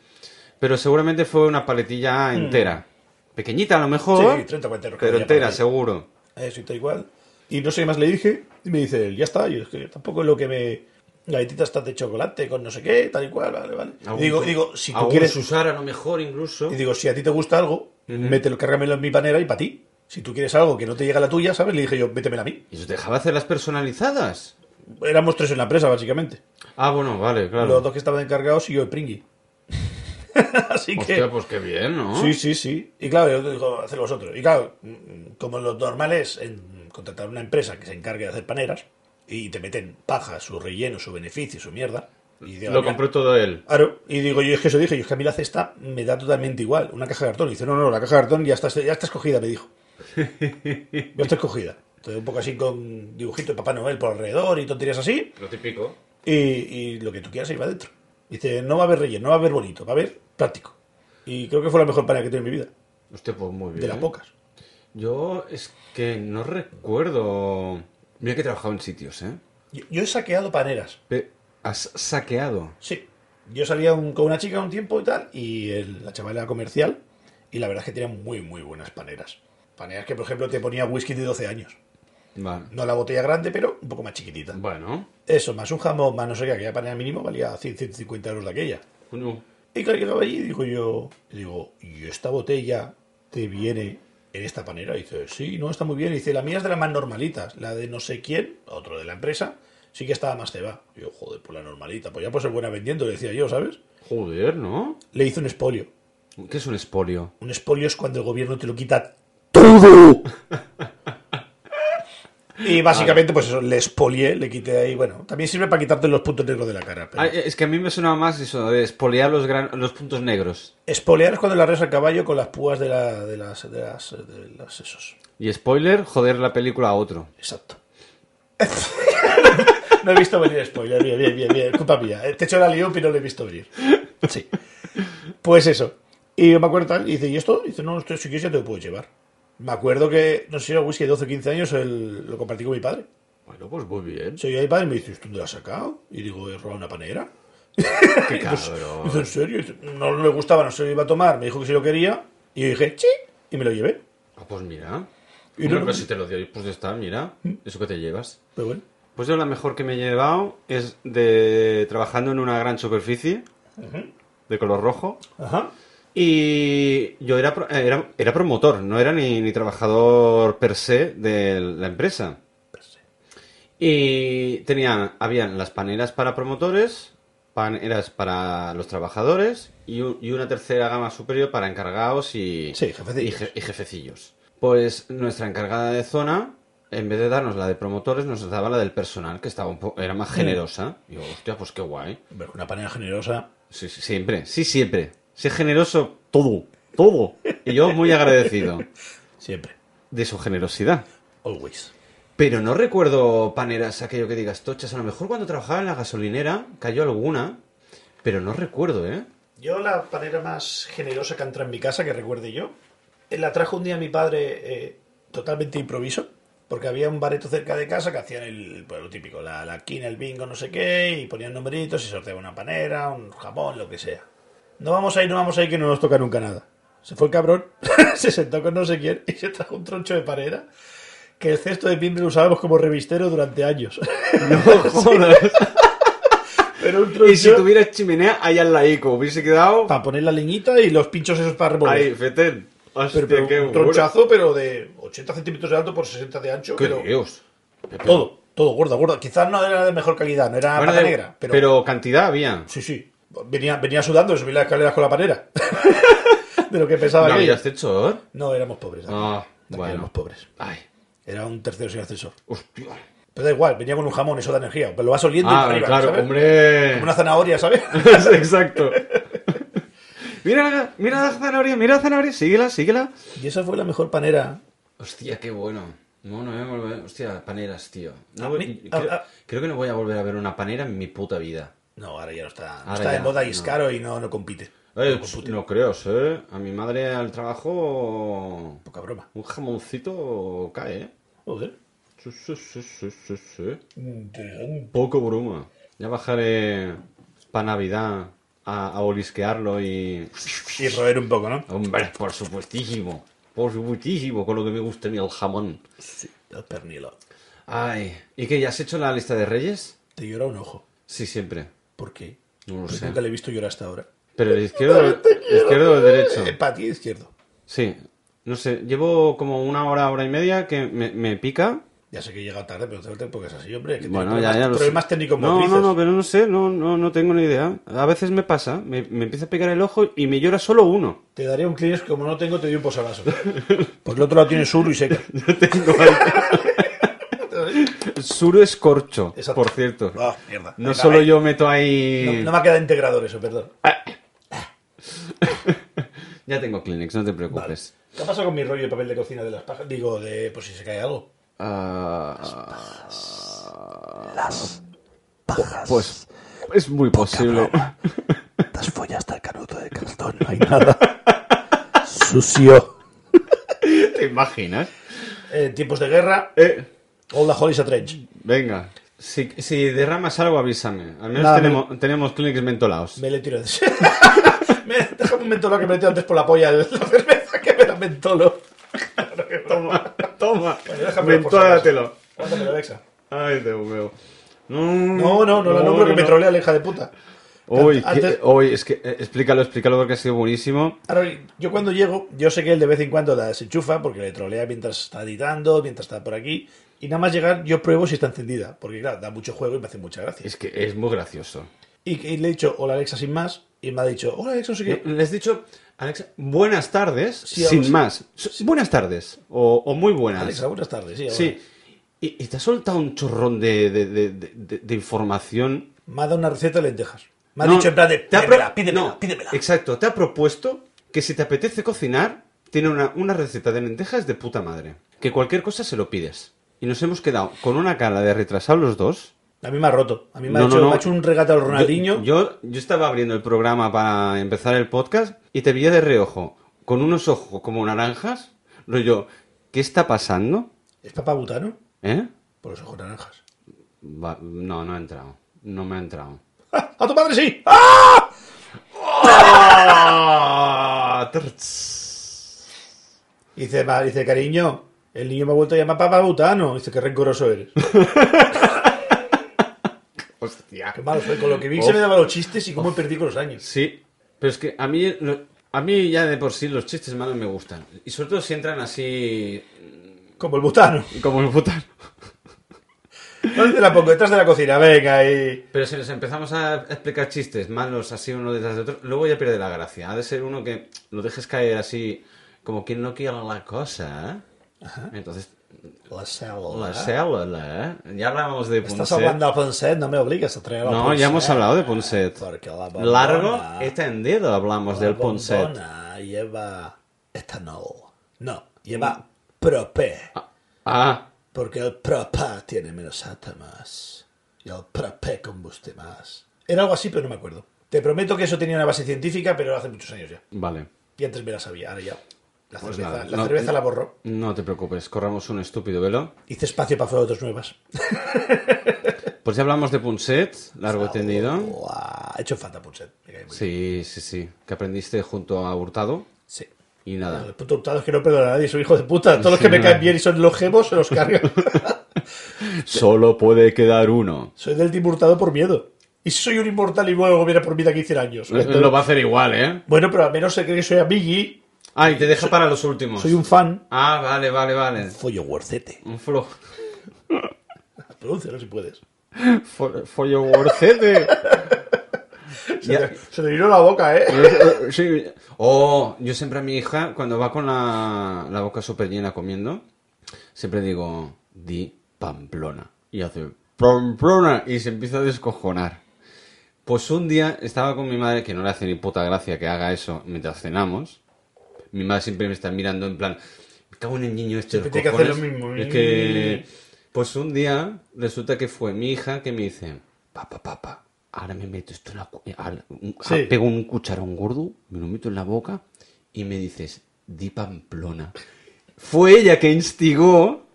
Pero seguramente fue una paletilla entera. Pequeñita a lo mejor,
Sí, 30 40
pero
euros cada día
entera,
para ti.
seguro.
Eso está igual. Y no sé qué más le dije. Y me dice él, ya está. Yo es que tampoco es lo que me. Galletitas estás de chocolate con no sé qué, tal y cual, vale, vale. Y
Algún
digo,
co-
digo, si tú
algún
quieres.
Susar a lo mejor incluso.
Y digo, si a ti te gusta algo, mételo, cárgamelo en mi panera y para ti. Si tú quieres algo que no te llega a la tuya, ¿sabes? Le dije yo, métemela a mí.
¿Y os dejaba hacer las personalizadas?
Éramos tres en la empresa, básicamente.
Ah, bueno, vale, claro.
Los dos que estaban encargados y yo el pringui. Así que...
Hostia, pues qué bien, ¿no?
Sí, sí, sí. Y claro, yo te digo, hacer vosotros. Y claro, mm, como los normales, en contratar una empresa que se encargue de hacer paneras y te meten paja, su relleno, su beneficio, su mierda. Y digo,
Lo
mira,
compró todo él.
Claro, y digo, yo es que eso dije, yo es que a mí la cesta me da totalmente igual, una caja de cartón. Y dice, no, no, la caja de cartón ya está, ya está escogida, me dijo. Ya está escogida. Entonces, un poco así con dibujito de Papá Noel por alrededor y tonterías así.
Lo típico.
Y, y lo que tú quieras ahí va dentro. Dice, no va a haber relleno, no va a haber bonito, va a haber práctico. Y creo que fue la mejor panera que he tenido en mi vida,
Usted, pues muy bien.
de las pocas.
Yo es que no recuerdo. Mira que he trabajado en sitios, ¿eh?
Yo, yo he saqueado paneras,
Pe- Has saqueado.
sí. Yo salía un- con una chica un tiempo y tal, y el- la chavala era comercial, y la verdad es que tenía muy, muy buenas paneras. Paneras que, por ejemplo, te ponía whisky de 12 años.
Vale.
No la botella grande, pero un poco más chiquitita.
Bueno.
Eso, más un jamón, más no sé qué, aquella panera mínimo valía 100, 150 euros de aquella.
No.
Y claro, llegaba allí y digo yo, y digo, ¿y esta botella te viene en esta panera? Y dice, sí, no, está muy bien. Y dice, la mía es de las más normalitas, la de no sé quién, otro de la empresa, sí que estaba más te va. Y yo, joder, pues la normalita, pues ya puede ser buena vendiendo, le decía yo, ¿sabes?
Joder, ¿no?
Le hizo un espolio.
¿Qué es un espolio?
Un espolio es cuando el gobierno te lo quita todo. y básicamente, pues eso, le espolié, le quité ahí, bueno, también sirve para quitarte los puntos negros de la cara. pero-
Ah, es que a mí me sonaba más eso de espolear los, gran- los puntos negros.
Espolear es cuando le arreas al caballo con las púas de, la- de las, de las, de las, esos.
Y spoiler, joder la película a otro.
Exacto. no he visto venir spoiler. Bien, bien, bien, bien. Culpa mía. Eh, Te he hecho la lío, pero no lo he visto venir. Sí. Pues eso. Y yo me acuerdo tal, y dice, ¿y esto? Y dice, no, esto si quieres ya te lo puedo llevar. Me acuerdo que, no sé si era whisky de 12 o 15 años, el- lo compartí con mi padre.
Bueno, pues muy bien.
Soy yo a mi padre y me dice, ¿tú dónde lo has sacado? Y digo, he robado una panera.
Qué
pues-
cabrón.
Dice, ¿en serio? Dice, No le gustaba, no se lo iba a tomar. Me dijo que si lo quería. Y yo dije, sí. Y me lo llevé.
Ah, pues mira.
Y
Hombre,
no- Mm.
pero si te lo dio, pues ya está, mira. Eso que te llevas.
Pero bueno.
Pues yo la mejor que me he llevado es de trabajando en una gran superficie de color rojo.
Ajá.
Y yo era, pro- eh, era, era promotor, no era ni, ni trabajador per se de la empresa. Y tenían, habían las paneras para promotores, paneras para los trabajadores y, u- y una tercera gama superior para encargados y,
Sí, jefecillos.
y je- y jefecillos. Pues nuestra encargada de zona, en vez de darnos la de promotores, nos daba la del personal, que estaba un po- era
Mm.
más generosa. Y yo, hostia, pues qué guay.
Hombre, Una panera generosa.
Sí, sí, siempre, sí, siempre. Sé generoso, todo, todo. Y yo muy agradecido
Siempre.
de su generosidad.
Always.
Pero no recuerdo paneras, aquello que digas tochas. A lo mejor cuando trabajaba en la gasolinera cayó alguna, pero no recuerdo, ¿eh?
Yo la panera más generosa que entra en mi casa, que recuerde yo, eh, la trajo un día mi padre eh, totalmente improviso, porque había un bareto cerca de casa que hacían el, pues, lo típico, la, la quina, el bingo, no sé qué, y ponían numeritos y sorteaban una panera, un jamón, lo que sea. No vamos ahí, no vamos ahí, que no nos toca nunca nada. Se fue el cabrón, se sentó con no sé quién y se trajo un troncho de panera que el cesto de pimbre lo usábamos como revistero durante años.
No jodas.
Pero un
Y si
troncho
tuviera chimenea, allá en la ICO hubiese quedado.
para poner la leñita y los pinchos esos para revolver.
Ahí, Feten. Hostia,
Pero, pero
qué
un tronchazo, pero de 80 centímetros de alto por 60 de ancho.
Qué
pero
Dios.
Todo, todo gorda, gorda. Quizás no era de mejor calidad, no era
Bueno,
pata
de-
negra, pero,
pero cantidad había.
Sí, sí. Venía, venía sudando y subí las escaleras con la panera. de lo que pensaba
¿No
que
habías hecho?
No, éramos pobres. aquí.
Ah,
Aquí
bueno.
Éramos pobres.
Ay,
Era un tercero sin ascensor.
hostia.
Pero da igual, venía con un jamón, eso da energía. Pero lo vas oliendo y
Ah,
para arriba,
claro,
¿sabes?
hombre.
Como una zanahoria, ¿sabes?
Exacto. mira, la- mira la zanahoria, mira la zanahoria, síguela, síguela.
y esa fue la mejor panera.
Hostia, qué bueno. No, no voy a volver. Hostia, paneras, tío. No
A
voy-
mí-
creo,
a- a-
creo que no voy a volver a ver una panera en mi puta vida.
No, ahora ya no está, no
Ahora
está de
ya,
moda y es
no.
caro y no, no compite.
Eh,
Ah, no pues, compite.
no creo, ¿eh? A mi madre al trabajo.
Poca broma.
Un jamoncito cae, ¿eh?
Joder.
Sí, sí, sí, sí, sí, sí.
Interesante.
Poco bruma. Ya bajaré para Navidad a, a olisquearlo y.
Y roer un poco, ¿no?
Hombre, por supuestísimo. Por supuestísimo, con lo que me gusta a mí el jamón.
Sí, el pernilo.
Ay, ¿y qué? ¿Ya has hecho la lista de reyes?
Te llora un ojo.
Sí, siempre.
¿Por qué?
No lo
Porque
sé.
Nunca le he visto llorar hasta ahora.
Pero el izquierdo, el izquierdo o el derecho.
Eh, para ti, izquierdo.
Sí, no sé, llevo como una hora, hora y media que me, me pica.
Ya sé que he llegado tarde, pero suerte porque es así, hombre. Que
Bueno,
tiene
ya,
problemas,
ya lo sé.
problemas técnicos
No,
motrices.
no, no, pero no sé, no, no, no tengo ni idea. A veces me pasa, me, me empieza a picar el ojo y me llora solo uno.
Te daría un clines que como no tengo, te doy un posavasos. Porque el otro lado tiene sur y seca.
Suro es corcho,
Exacto.
por cierto.
Ah, mierda.
No
Venga,
solo
va.
yo meto
No,
ahí...
no me ha quedado integrador eso, perdón.
Ya tengo Kleenex, no te preocupes.
¿Qué ha pasado con mi rollo de papel de cocina de las pajas? Digo, de por si se cae algo.
Ah, pues es muy posible.
Las follas hasta el canuto de cartón, no hay nada. Sucio.
¿Te imaginas?
En tiempos de guerra,
Eh,
all the holies a trench.
Venga. Si, si derramas algo, avísame. Al menos
Nada,
tenemos, tenemos Kleenex mentolados.
Me le tiro de... me déjame un mentolo que me metí antes por la polla el- la cerveza que me la mentolo. Claro que tomo.
Toma,
Bueno, déjamelo por si acaso.
mentólatelo.
Guárdatelo, Alexa.
Ay, Dios mío. Mm,
No, no, no, la nombro que me
no.
trolea la hija de puta.
Uy,
Antes-
qué- uy, es que eh, explícalo, explícalo porque ha sido buenísimo.
Ahora, yo cuando llego, yo sé que él de vez en cuando la desenchufa porque le trolea mientras está editando, mientras está por aquí. Y nada más llegar, yo pruebo si está encendida. Porque, claro, da mucho juego y me hace mucha gracia.
Es que es muy gracioso.
Y, que- y le he dicho, hola Alexa, sin más. Y me ha dicho, hola Alexa, no sé qué.
Les he dicho, Alexa, buenas tardes,
Sí, eh.
sin
vamos.
más. So- Buenas tardes, o, o muy buenas.
Alexa, buenas tardes. Sí, ahora.
sí. Y, y te ha soltado un chorrón de, de- de- de- de- de información.
Me ha dado una receta de lentejas. Me ha
No,
dicho en plan de,
te ha pro-
pídemela, pídemela,
no,
pídemela.
Exacto, te ha propuesto que si te apetece cocinar, tiene una, una receta de lentejas de puta madre. Que cualquier cosa se lo pides. Y nos hemos quedado con una cara de retrasados los dos.
A mí me ha roto. A mí me,
No,
ha, hecho,
no, no.
me ha hecho un regate al Ronaldinho.
Yo, yo estaba abriendo el programa para empezar el podcast y te veía de reojo, con unos ojos como naranjas. Rollo, ¿qué está pasando?
¿Es papá butano?
¿Eh?
Por los ojos naranjas.
Va- no, no ha entrado. No me ha entrado.
¡Ah! ¡A tu madre sí! Y dice, ma- dice, cariño, el niño me ha vuelto a llamar papá butano. Dice, qué rencoroso eres.
Hostia.
Qué malo soy. Con lo que vi se me daban los chistes y cómo perdí con los años.
Sí, pero es que a mí, lo- a mí ya de por sí los chistes malos me gustan. Y sobre todo si entran así
Como el butano.
como el putar.
¿Dónde te la pongo? Detrás de la cocina, venga. Y...
Pero si nos empezamos a explicar chistes malos así uno detrás de otro, luego ya pierde la gracia. Ha de ser uno que lo dejes caer así, como quien no quiere la cosa. ¿eh? Entonces,
La
la
célula.
célula, ¿eh? Ya hablamos de
Estás
Ponset.
hablando a Ponset, no me obligues a traer a
No,
Ponset.
ya hemos hablado de Ponset.
Porque la bombona-
Largo y tendido hablamos
la
del Ponset.
bombona lleva etanol. No, lleva propé.
Ah,
Porque el propá tiene menos átomos. Y el propé combuste más. Era algo así, pero no me acuerdo. Te prometo que eso tenía una base científica, pero hace muchos años ya.
vale.
Y antes me la sabía, ahora ya. La
Pues
cerveza,
nada,
la,
no-
cerveza la borró.
No te preocupes, corramos un estúpido velo.
Hice espacio para fotos nuevas.
Pues ya hablamos de Punset, largo y tendido.
Buah, He hecho falta Punset. Me cae muy
Sí,
bien.
sí, sí. Que aprendiste junto a Hurtado.
Sí.
Y
El
nada.
puto Hurtado es que no perdona a nadie, soy hijo de puta. Todos los que me caen bien y son los gemos, se los cargan.
Solo puede quedar uno.
soy del Team Hurtado por miedo. Y si soy un inmortal y luego viene por mí de aquí 100 años. Entonces-
Lo va a hacer igual, ¿eh?
Bueno, pero al menos se cree que soy amigui,
Ah, y te deja para los últimos.
soy un fan.
Ah, vale, vale, vale.
Follo worcete.
Un flo...
Ah, Pronúncialo si puedes.
Followorcete.
Se, te, se te vino la boca, ¿eh?
sí. Oh, yo siempre a mi hija, cuando va con la, la boca súper llena comiendo, siempre digo, di Pamplona. Y hace Pamplona y se empieza a descojonar. Pues un día estaba con mi madre, que no le hace ni puta gracia que haga eso mientras cenamos. Mi madre siempre me está mirando en plan, me cago en el niño este. de los
Siempre tiene que hacer
cojones".
lo mismo. ¿eh?
Es que... Pues un día resulta que fue mi hija que me dice, papá, papá, ahora me meto esto en la... cu- eh, al- un-
Sí.
ah, pego un cucharón gordo, me lo meto en la boca y me dices, di Pamplona. Fue ella que instigó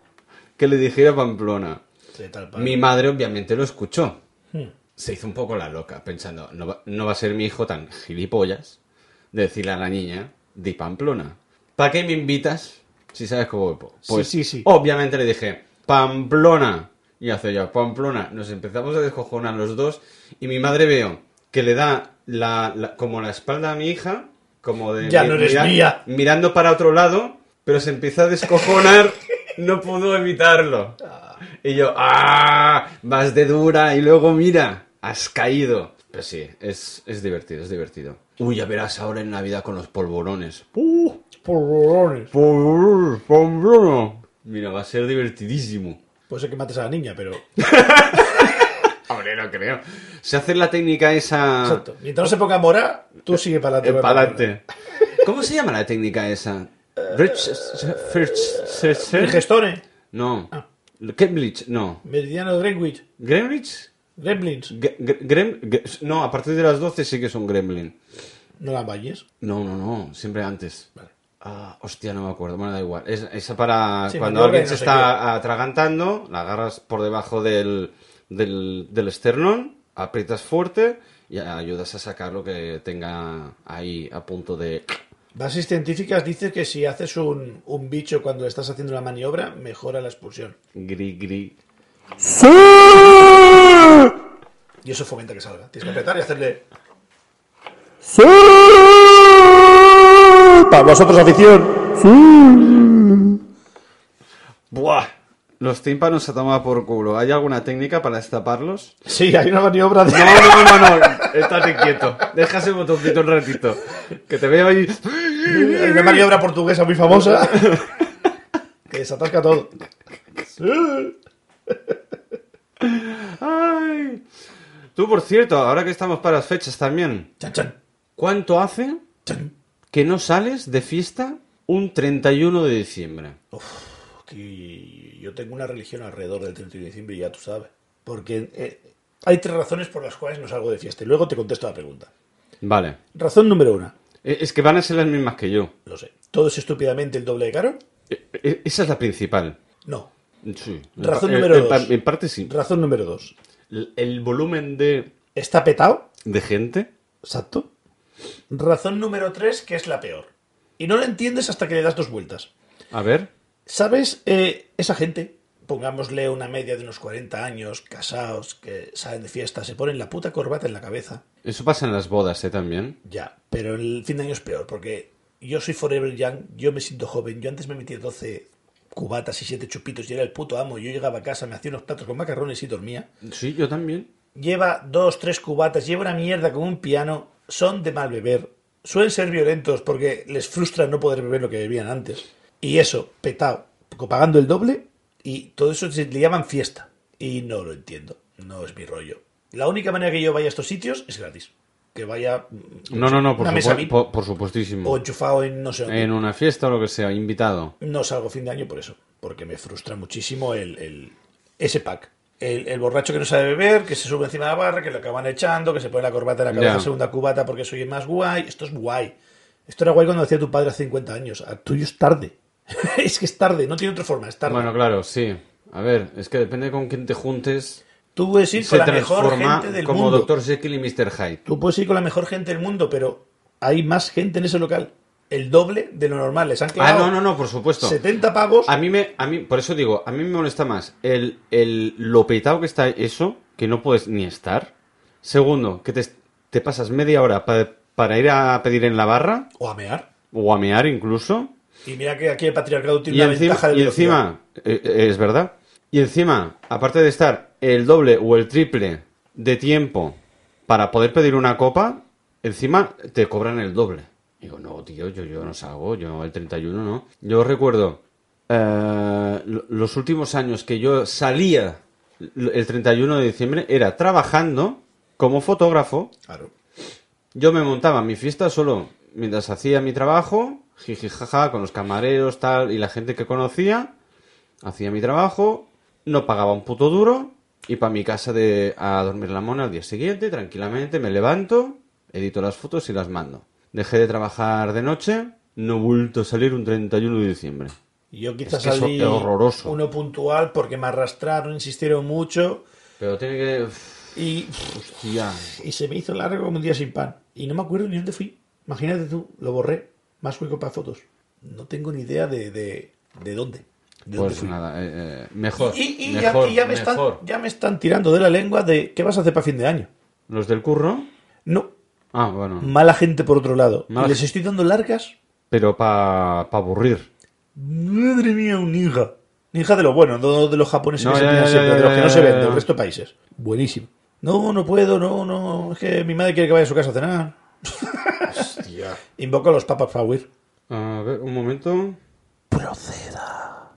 que le dijera Pamplona.
Sí, tal, pal.
Mi madre obviamente lo escuchó.
Hmm.
Se hizo un poco la loca, pensando, no va, no va a ser mi hijo tan gilipollas de decirle a la niña, di Pamplona. ¿Para qué me invitas si sabes cómo voy? po-?" Pues
sí, sí.
obviamente le dije, Pamplona. Y hace yo, Pamplona. Nos empezamos a descojonar los dos y mi madre veo que le da la, la- como la espalda a mi hija, como de...
Ya no eres mía.
Mirando para otro lado, pero se empieza a descojonar, no pudo evitarlo. Y yo, ¡ah! Vas de dura y luego mira, has caído. Pero sí, es, es divertido, es divertido. Uy, ya verás ahora en Navidad con los polvorones. ¡Uh!
Polvorones.
¡Polvorón! ¡Polvorón! Mira, va a ser divertidísimo.
Puede ser que mates a la niña, pero.
Hombre, no creo. Se hace la técnica esa...
Exacto. Mientras no se ponga mora, tú sigue para
Eh,
adelante.
pa'lante. ¿Cómo se llama la técnica esa?
Eh,
Rich... Rich...
El gestone.
No.
Ah.
Cambridge, no.
Meridiano de Greenwich.
¿Greenwich?
Gremlins.
Gre- gre- grem- gre- no, a partir de las 12 sí que es un gremlin.
No la valles.
No, no, no, siempre antes.
Vale.
Ah, hostia, no me acuerdo. Bueno, da igual. Es- esa para
Sí,
cuando
maniobra
alguien se
y no sé
está atragantando, la agarras por debajo del, del, del esternón, aprietas fuerte y ayudas a sacar lo que tenga ahí a punto de...
Bases científicas dicen que si haces un, un bicho cuando estás haciendo una maniobra, mejora la expulsión.
Gri, gri.
Y eso fomenta que salga. Tienes que apretar y hacerle.
¡Sí! Para vosotros, afición.
¡Buah!
Los tímpanos se toma por culo. ¿Hay alguna técnica para destaparlos?
Sí, hay una maniobra de...
No, no, no, no, no. Estate quieto. Deja ese botoncito un ratito. Que te veo ahí.
Hay una maniobra portuguesa muy famosa que desatasca todo.
¡Ay! Tú, por cierto, ahora que estamos para las fechas también,
Chan, chan,
¿cuánto hace
chan.
que no sales de fiesta un 31 de diciembre?
Aquí yo tengo una religión alrededor del 31 de diciembre, ya tú sabes. Porque eh, hay tres razones por las cuales no salgo de fiesta. Y luego te contesto la pregunta.
Vale.
Razón número una.
E- Es que van a ser las mismas que yo.
Lo sé. ¿Todo es estúpidamente el doble de caro?
E- e- Esa es la principal.
No.
Sí.
Razón
En-
número
en, pa-
dos.
en parte sí.
Razón número dos.
El, el volumen de,
¿Está petado?
de gente.
Exacto. Razón número tres, que es la peor. Y no la entiendes hasta que le das dos vueltas.
A ver.
¿Sabes? Eh, esa gente, pongámosle una media de unos 40 años, casados, que salen de fiesta, se ponen la puta corbata en la cabeza.
Eso pasa en las bodas, ¿eh? También.
Ya, pero el fin de año es peor, porque yo soy forever young, yo me siento joven, yo antes me metía 12 cubatas y 7 chupitos y era el puto amo, yo llegaba a casa, me hacía unos platos con macarrones y dormía.
Sí, yo también.
lleva dos, tres cubatas, lleva una mierda con un piano, son de mal beber, suelen ser violentos porque les frustra no poder beber lo que bebían antes. Y eso, petado, pagando el doble y todo eso se le llaman fiesta. Y no lo entiendo, no es mi rollo. La única manera que yo vaya a estos sitios es gratis. Que vaya mm,
No, no, no, por,
una mesa
supue-
VIP
por- por supuestísimo.
o enchufado en no sé dónde.
En una fiesta o lo que sea, invitado.
No salgo fin de año por eso, porque me frustra muchísimo el, el- ese pack. El, el borracho que no sabe beber, que se sube encima de la barra, que lo acaban echando, que se pone la corbata en la cabeza,
Ya.
segunda cubata porque soy el más guay. Esto es guay. Esto era guay cuando lo hacía tu padre hace 50 años. A tuyo es tarde. es que es tarde, no tiene otra forma, es tarde.
Bueno, claro, sí. A ver, es que depende con quién te juntes.
Tú puedes ir
Se
con la mejor
transforma
gente del
como
mundo.
Dr. Jekyll y Mr. Hyde.
Tú puedes ir con la mejor gente del mundo, pero hay más gente en ese local. El doble de lo normal. Les han
Ah,
clavado
no, no, no, por supuesto.
70 pagos.
A mí me, a mí, por eso digo, a mí me molesta más el, el lo petado que está eso, que no puedes ni estar. Segundo, que te, te pasas media hora pa- para ir a pedir en la barra,
O a mear.
o a mear incluso.
Y mira que aquí el patriarcado tiene
Y
una
encima,
ventaja de
y
velocidad.
encima eh, eh, es verdad. Y encima, aparte de estar el doble o el triple de tiempo para poder pedir una copa, encima te cobran el doble. Digo, no, tío, yo, yo no salgo, yo el 31 no. Yo recuerdo eh, lo- los últimos años que yo salía l- el 31 de diciembre era trabajando como fotógrafo
Claro.
yo me montaba mi fiesta solo mientras hacía mi trabajo, jiji jaja, con los camareros, tal, y la gente que conocía. Hacía mi trabajo, no pagaba un puto duro, y para mi casa de, a dormir la mona al día siguiente, tranquilamente, me levanto, edito las fotos y las mando. Dejé de trabajar de noche, no he vuelto a salir un 31 de diciembre.
Yo quizás
que eso
salí
es horroroso.
uno puntual porque me arrastraron, insistieron mucho
Pero tiene que...
y,
Hostia.
y se me hizo largo como un día sin pan. Y no me acuerdo ni dónde fui. Imagínate tú, lo borré. Más hueco para fotos. No tengo ni idea de, de, de dónde. De dónde
Pues
fui.
nada, eh, eh, mejor,
y y ya-
mejor,
y ya, me están,
mejor.
ya me están tirando de la lengua de qué vas a hacer para fin de año.
¿Los del curro?
No,
Ah, bueno.
mala gente por otro lado.
Mala
Les
gen-
estoy dando largas.
Pero para aburrir.
Madre mía, un hija. Hija de lo bueno, no de los japoneses
No,
que se
ya,
tiran
ya,
siempre,
ya,
de los
ya,
que no
ya,
se
ya,
ven,
ya.
del resto de países. Buenísimo. No, no puedo, no, no. Es que mi madre quiere que vaya a su casa a cenar.
Hostia.
Invoco a los papas para huir.
A ver, un momento.
Proceda.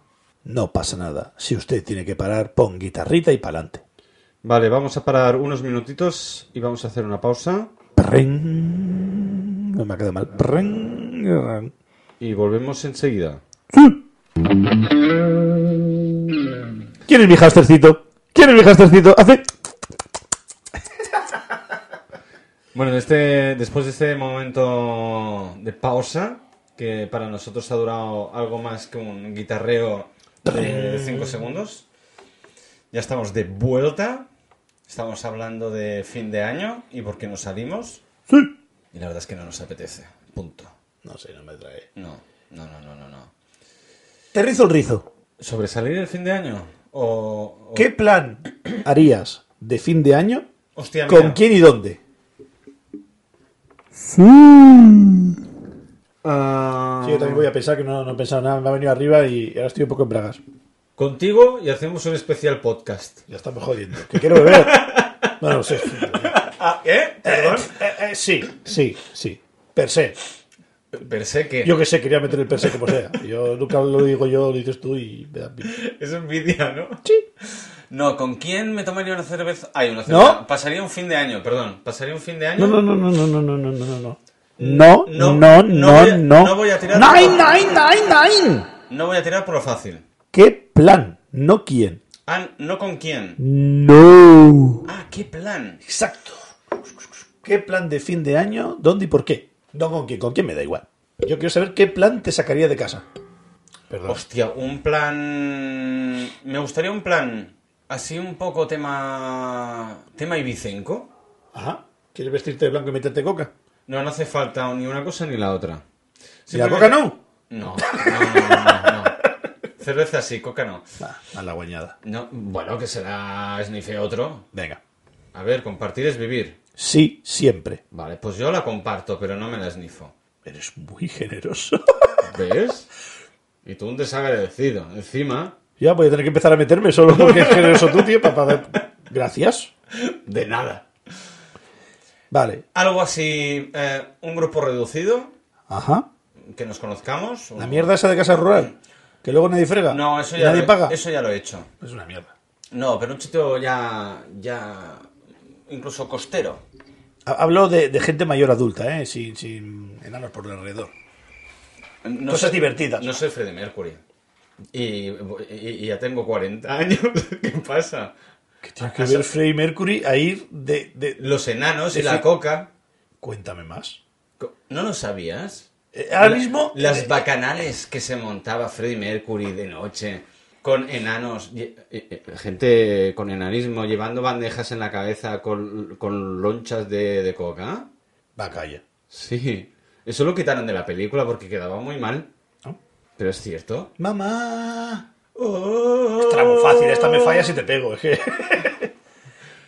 No pasa nada. Si usted tiene que parar, pon guitarrita y pa'lante.
Vale, vamos a parar unos minutitos y vamos a hacer una pausa
Prrrrn. No me ha quedado mal. Prrrrn.
y volvemos enseguida.
¿Quién es mi hastercito? ¿Quién es mi hastercito? Hace.
Bueno, en este, después de este momento de pausa, que para nosotros ha durado algo más que un guitarreo de 5 segundos, ya estamos de vuelta. Estamos hablando de fin de año y por qué nos salimos. Y la verdad es que no nos apetece. Punto.
No sé, no me trae.
No, no, no, no, no. no.
Te rizo el rizo.
¿Sobresalir el fin de año? ¿O, o-
¿Qué plan harías de fin de año?
Hostia, mira.
¿Con quién y dónde?
Ah,
Ah.
Sí, yo también voy a pensar que no, no he pensado nada, me ha venido arriba y ahora estoy un poco en bragas.
Contigo y hacemos un especial podcast.
Ya estamos jodiendo. Que quiero beber. Bueno, sí.
¿Eh? Perdón.
Eh, eh, sí, sí, sí. Per se.
Pensé que.
Yo que sé, quería meter el per se como sea. Yo nunca lo digo yo, lo dices tú y me da pena.
Es envidia, ¿no?
Sí.
No, ¿con quién me tomaría una cerveza? Ay, una
¿No?
cerveza. Pasaría un fin de año, perdón. Pasaría un fin de año.
No, no, no, no, no, no, no, no, no, no.
No,
No,
no,
no
no,
voy a-
no.
no voy a tirar-
¡Nine, nine, nine, nine!
No voy a tirar por lo fácil.
¿Qué plan? No quién.
Ah, no con quién.
No.
Ah, qué plan.
Exacto. ¿Qué plan de fin de año? ¿Dónde y por qué? No con quién, con quién me da igual. Yo quiero saber qué plan te sacaría de casa. Perdón.
Hostia, un plan. Me gustaría un plan. Así un poco tema. Tema Ibicenco.
Ajá. ¿Quieres vestirte de blanco y meterte coca?
No, no hace falta ni una cosa ni la otra.
¿Y la
Simplemente-
coca no?
No, no, no, no, no. Cerveza sí, coca no.
Ah, a la guañada.
no. Bueno, que será snife otro.
Venga.
A ver, compartir es vivir.
Sí, siempre.
Vale, pues yo la comparto, pero no me la snifo.
Eres muy generoso.
¿Ves? Y tú un desagradecido. Encima,
ya voy a tener que empezar a meterme solo porque es generoso tú, tío, para pagar. Gracias.
de nada.
Vale.
Algo así, eh, un grupo reducido,
Ajá.
que nos conozcamos.
La mierda esa de casa rural. Que luego nadie frega.
No, eso ya,
Nadie
lo,
paga.
eso ya lo he hecho.
Es una mierda.
No, pero un sitio ya, ya, incluso costero.
Ha- Hablo de, de gente mayor adulta, ¿eh? Sin, sin enanos por alrededor.
No
Cosas divertidas.
No soy Freddie Mercury. Y, y- y ya tengo 40
Ah.
años. ¿Qué pasa?
Que tiene que ver Freddie Mercury a ir de, de-
Los enanos y
Defi-
la coca.
Cuéntame más.
Co- ¿No lo sabías?
Eh, ahora
La-
mismo...
Las
eh,
bacanales que se montaba Freddie Mercury de noche con enanos, lle- eh, eh, gente con enanismo llevando bandejas en la cabeza con, con lonchas de, de coca.
Va, calla.
Sí, eso lo quitaron de la película porque quedaba muy mal,
¿No?
pero es cierto.
Mamá.
Oh.
Otra muy fácil. Oh. Esta me falla si te pego. es que-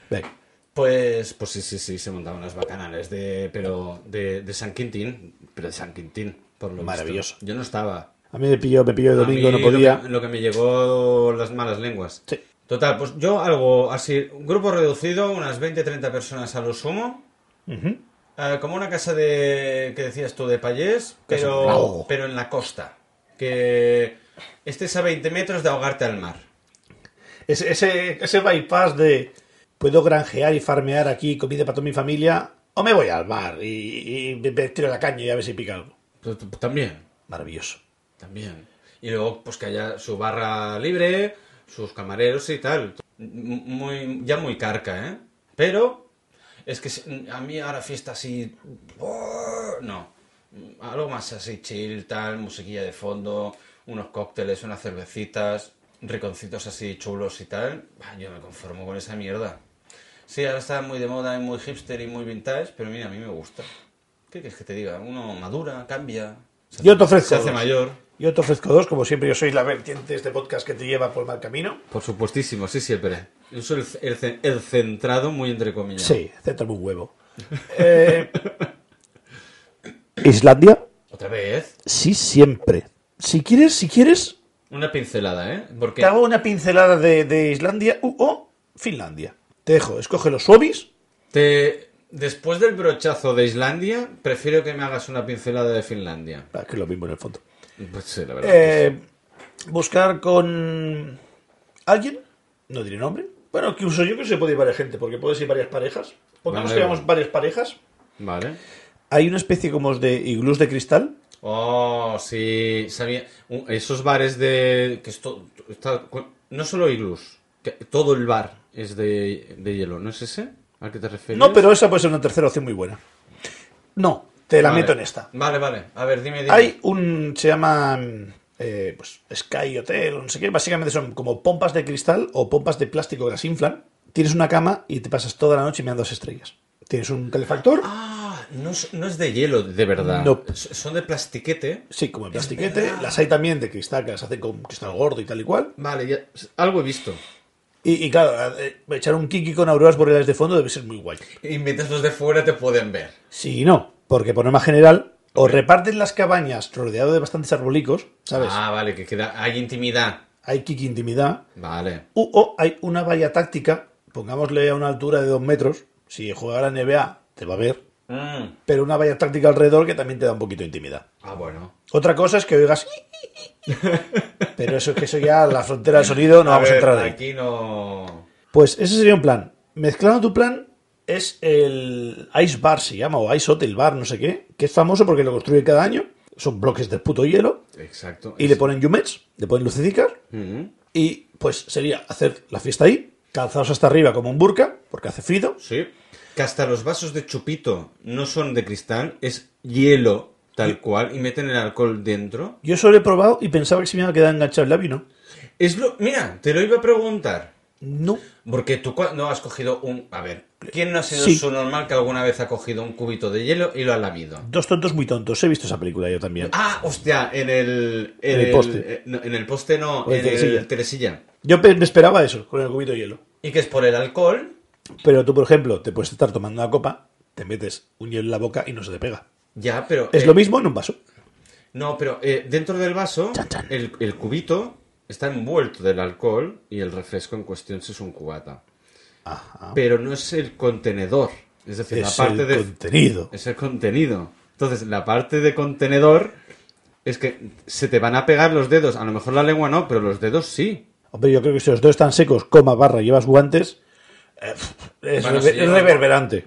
Venga.
Pues, pues sí, sí, sí, se montaban las bacanales de, pero de, de San Quintín, pero de San Quintín, por lo visto.
Maravilloso.
Yo no estaba.
A mí me pilló, me pilló el domingo,
A mí
no podía.
Lo que, lo que me llegó las malas lenguas.
Sí.
Total, pues yo algo así, un grupo reducido, unas 20-30 personas a lo sumo,
Ujú.
eh, como una casa de, que decías tú, de payés,
de
pero,
pago.
pero en la costa, que estés a 20 metros de ahogarte al mar.
Ese, ese, ese bypass de puedo granjear y farmear aquí comida para toda mi familia o me voy al mar y, y me me tiro a la caña y a ver si pica algo.
Pues, t- También,
Maravilloso.
también. Y luego, pues que haya su barra libre, sus camareros y tal. M- Muy, ya muy carca, ¿eh? Pero es que si- a mí ahora fiesta así... ¡buah! No. Algo más así chill, tal, musiquilla de fondo, unos cócteles, unas cervecitas, riconcitos así chulos y tal. Bah, Yo me conformo con esa mierda. Sí, ahora está muy de moda y muy hipster y muy vintage, pero mira, a mí me gusta. ¿Qué quieres que te diga? Uno madura, cambia. se
Yo
hace-
te ofrezco
Se hace
dos.
mayor.
Yo te ofrezco dos, como siempre, yo soy la vertiente de este podcast que te lleva por mal camino.
Por supuestísimo, sí, siempre. Yo soy el, el ce- el centrado, muy entre comillas.
Sí, céntrame un huevo. Eh,
Islandia,
Otra vez.
sí, siempre. Si quieres, si quieres,
Una pincelada, ¿eh? Porque
te hago una pincelada de, de Islandia u- o Finlandia. Te dejo, escoge los suavis.
te- después del brochazo de Islandia, prefiero que me hagas una pincelada de Finlandia.
Ah, que es lo mismo en el fondo.
Pues sí, la verdad.
Eh, buscar con alguien, no diré nombre. Bueno, que uso yo que se puede ir varias gente, porque puedes ir varias parejas. Pongamos
Vale,
que vamos
vale.
varias parejas.
Vale.
Hay una especie como de iglús de cristal.
Oh, sí, sabía. un- Esos bares de. que esto, está, cu- no solo iglus, que todo el bar es de, de hielo, ¿no es ese? ¿Al que te refieres?
No, pero esa puede ser una tercera opción muy buena. No, te la
Vale.
meto en esta.
Vale, vale. A ver, dime, dime.
Hay un. se llama. eh, pues, Sky Hotel, o no sé qué. Básicamente son como pompas de cristal o pompas de plástico que las inflan. Tienes una cama y te pasas toda la noche mirando las estrellas. Tienes un calefactor.
Ah, no es, no es de hielo, de verdad.
No.
S- Son de plastiquete.
Sí, como el plastiquete. Las hay también de cristal, que las hacen con cristal gordo y tal y cual.
Vale, ya- algo he visto.
Y, y claro, eh, echar un kiki con auroras boreales de fondo debe ser muy guay.
Y mientras los de fuera te pueden ver.
Sí, no. Porque por norma general, o reparten las cabañas rodeado de bastantes arbolicos, ¿sabes?
Ah, vale, que queda. Hay intimidad.
Hay kiki intimidad.
Vale.
U- o hay una valla táctica, pongámosle a una altura de dos metros. Si juega la NBA, te va a ver.
Mm.
Pero una valla táctica alrededor que también te da un poquito de intimidad.
Ah, bueno.
Otra cosa es que oigas. Pero eso es que eso ya, la frontera del sonido, no vamos
ver,
a entrar ahí.
Aquí no.
Pues ese sería un plan. Mezclando tu plan es el Ice Bar, se llama, o Ice Hotel Bar, no sé qué, que es famoso porque lo construye cada año. Son bloques de puto hielo
Exacto.
y le ponen yumets, le ponen lucecicas
Mm.
y pues sería hacer la fiesta ahí, calzados hasta arriba como un burka, porque hace frío.
Sí. Que hasta los vasos de chupito no son de cristal, es hielo tal cual y meten el alcohol dentro.
Yo solo he probado y pensaba que se me iba a quedar enganchado el labio, ¿no?
Es lo. Mira, te lo iba a preguntar.
No.
Porque tú cua- no has cogido un. A ver, ¿quién no ha sido
Sí.
su normal que alguna vez ha cogido un cubito de hielo y lo ha lamido?
Dos tontos muy tontos, he visto esa película yo también.
Ah, hostia, en el. En,
En el poste.
eh, no, en el poste no,
O
en
en
el
Teresilla.
Teresilla.
Yo pe- me esperaba eso, con el cubito de hielo.
Y que es por el alcohol,
Pero tú, por ejemplo, te puedes estar tomando una copa, te metes un hielo en la boca y no se te pega.
ya, pero.
Es
eh,
lo mismo en un vaso.
No, pero eh, dentro del vaso,
Chan, chan.
El, el cubito está envuelto del alcohol y el refresco en cuestión es un cubata.
Ajá.
Pero no es el contenedor. Es decir,
es
la parte
el
de.
contenido.
Es el contenido. Entonces, la parte de contenedor es que se te van a pegar los dedos. A lo mejor la lengua no, pero los dedos sí.
Hombre, yo creo que si los dos están secos, coma, barra, llevas guantes, eh, es,
Bueno,
rever-
sí,
es
yo-
reverberante.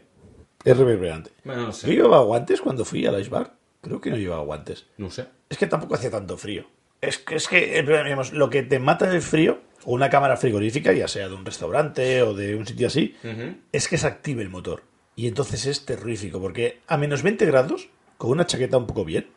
Es reverberante.
Bueno, no sé.
Yo llevaba guantes cuando fui al Ice Bar. Creo que no llevaba guantes.
No sé.
Es que tampoco hacía tanto frío. Es que, es que eh, pero, digamos, lo que te mata del frío, o una cámara frigorífica, ya sea de un restaurante o de un sitio así, es que se active el motor. Y entonces es terrorífico, porque a menos 20 grados, con una chaqueta un poco bien,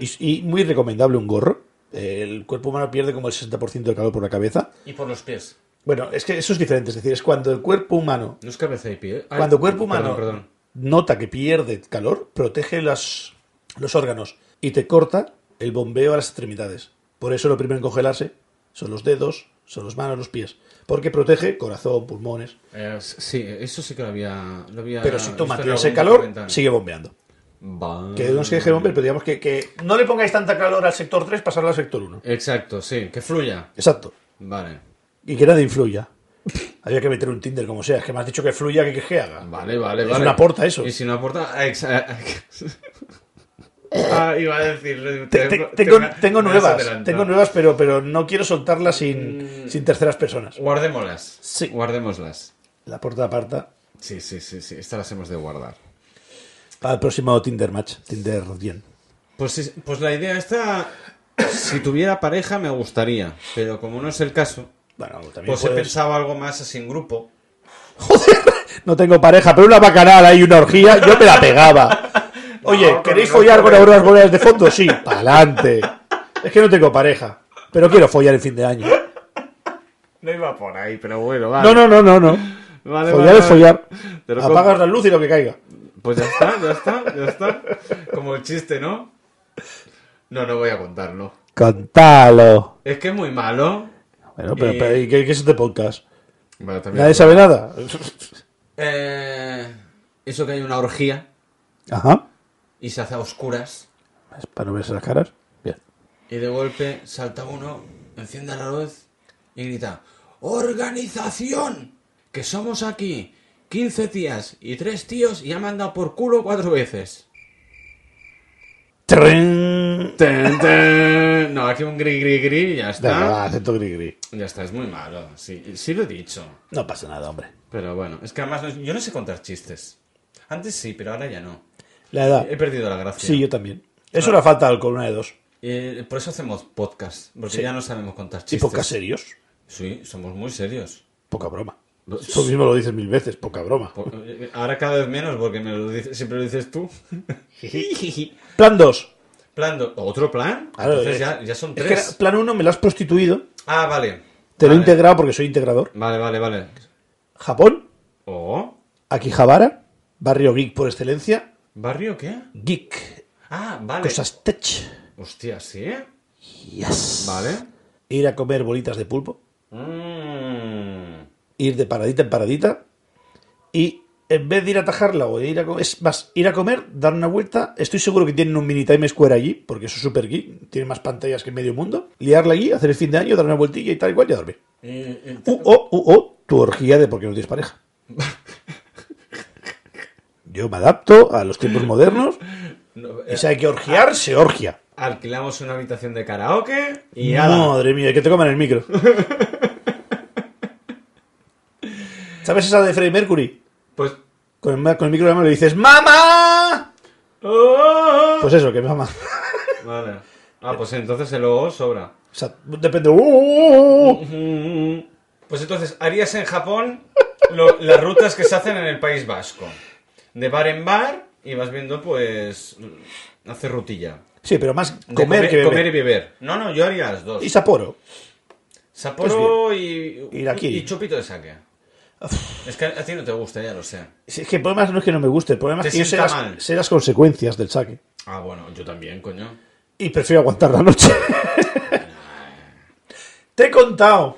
y, y muy recomendable un gorro, eh, el cuerpo humano pierde como el 60% de calor por la cabeza.
Y por los pies.
Bueno, es que eso es diferente, es decir, es cuando el cuerpo humano,
No es cabeza y pie. Ay,
cuando el cuerpo
perdón,
humano
Perdón,
nota que pierde calor, protege las, los órganos y te corta el bombeo a las extremidades. Por eso lo primero en congelarse son los dedos, son las manos, los pies, porque protege corazón, pulmones.
Eh, sí, eso sí que lo había. Lo había
Pero si
visto
tú
en
mantienes el
algún
calor,
comentario.
sigue bombeando.
Va.
Que no se
Mm.
deje bombear, pero digamos que, que no le pongáis tanta calor al sector 3, pasarlo al sector 1.
Exacto, sí, que fluya.
Exacto.
Vale.
Y que nadie influya. Había que meter un Tinder como sea. Es que me has dicho que fluya, que, que haga.
Vale, vale,
Es
vale.
una aporta eso.
Y si no aporta. ex- Ah, iba a decir.
Te- te- tengo, tengo nuevas, tengo nuevas, pero, pero no quiero soltarlas
Mm.
sin, sin terceras personas.
Guardémoslas.
Sí.
Guardémoslas.
La porta aparta
Sí, sí, sí, sí. Estas las hemos de guardar.
para el próximo Tinder match, Tinder bien.
Pues, sí, pues la idea esta. Si tuviera pareja, me gustaría. Pero como no es el caso,
Bueno, también
pues he
puedes-
pensado algo más así en grupo.
no tengo pareja, pero una bacanal ahí, una orgía, yo me la pegaba. Oye,
No, eh.
¿queréis
no, no,
follar
no,
con
no.
auroras boreales de fondo? Sí, pa'lante. Es que no tengo pareja, pero quiero follar el fin de año.
No iba por ahí, pero bueno, vale.
No, no, no, no, no.
Vale,
follar
vale,
es follar.
vale. Te lo
Apagas la luz y lo que caiga.
Pues ya está, ya está, ya está. Como el chiste, ¿no? No, no voy a contarlo.
Contalo.
Es que es muy malo.
Bueno, pero,
Y-
pero, ¿y qué, qué es este podcast?
Bueno, también.
¿Nadie sabe nada?
Eh, eso que hay una orgía
Ajá.
y se hace a oscuras
Es para no verse las caras. Bien.
y de golpe salta uno, enciende la luz y grita ¡Organización! Que somos aquí 15 tías y 3 tíos y ha mandado por culo cuatro veces.
Tren.
Ten, ten. No, aquí un gri gri gri y ya
Venga, va,
está.
acento gris gris.
Ya está, es muy malo. Sí, sí lo he dicho.
No pasa nada, hombre.
Pero bueno, es que además no- yo no sé contar chistes. Antes sí, pero ahora ya no.
La edad.
He perdido la gracia.
Sí, yo también. Eso era falta de alcohol, una de dos.
Eh, por eso hacemos podcast, porque ya no sabemos contar
Y
chistes.
poca serios.
Sí, somos muy serios.
Poca broma.
Lo-
Tú mismo lo dices mil veces, poca broma.
Por- eh, Ahora cada vez menos, porque me lo dices- siempre lo dices tú.
Plan 2.
plan do- ¿Otro plan?
Claro,
Entonces
es-
ya, ya son
Es que
tres.
era- plan 1 me lo has prostituido.
Ah, vale.
Te lo he
Vale.
integrado porque soy integrador.
Vale, vale, vale.
Japón,
¿O?
Akihabara, barrio geek por excelencia.
¿Barrio qué?
Geek.
Ah, vale.
Cosas tech.
Hostia, ¿sí?
Yes.
Vale.
Ir a comer bolitas de pulpo.
Mm.
Ir de paradita en paradita. Y en vez de ir a atajarla o de ir a comer, es más, ir a comer, dar una vuelta. Estoy seguro que tienen un mini time square allí, porque eso es super geek, tiene más pantallas que medio mundo. Liarla allí, hacer el fin de año, dar una vueltilla y tal y cual y a dormir.
Eh, el
Uh,
taco-
oh, uh, oh, tu orgía de porque no tienes pareja. Yo me adapto a los tiempos modernos
No, eh,
y si hay que orgiar, se orgia.
Alquilamos una habitación de karaoke y ala.
Madre mía, que te coman el micro. ¿Sabes esa de Freddie Mercury?
Pues.
Con el, ma- con el micro en la mano le dices ¡Mamá!
¡Oh!
Pues eso, que mamá.
Vale. Ah, pues entonces el logo sobra.
O sea, depende. ¡Uh, uh, uh, uh!
Pues entonces, harías en Japón lo- las rutas que se hacen en el País Vasco. De bar en bar y vas viendo, pues. Hacer rutilla.
Sí, pero más
De
comer que
comer y
beber.
beber. No, no, yo haría las dos.
Y pues Sapporo.
Sapporo y,
Iraki.
y chupito de saque. Es que a ti no te gusta, ya lo sé.
Sí, Es que el problema no es que no me guste, el problema
Te
es que yo sé
sienta
las,
mal.
sé las consecuencias del saque.
Ah, bueno, yo también, coño.
Y prefiero aguantar la noche. Te he contado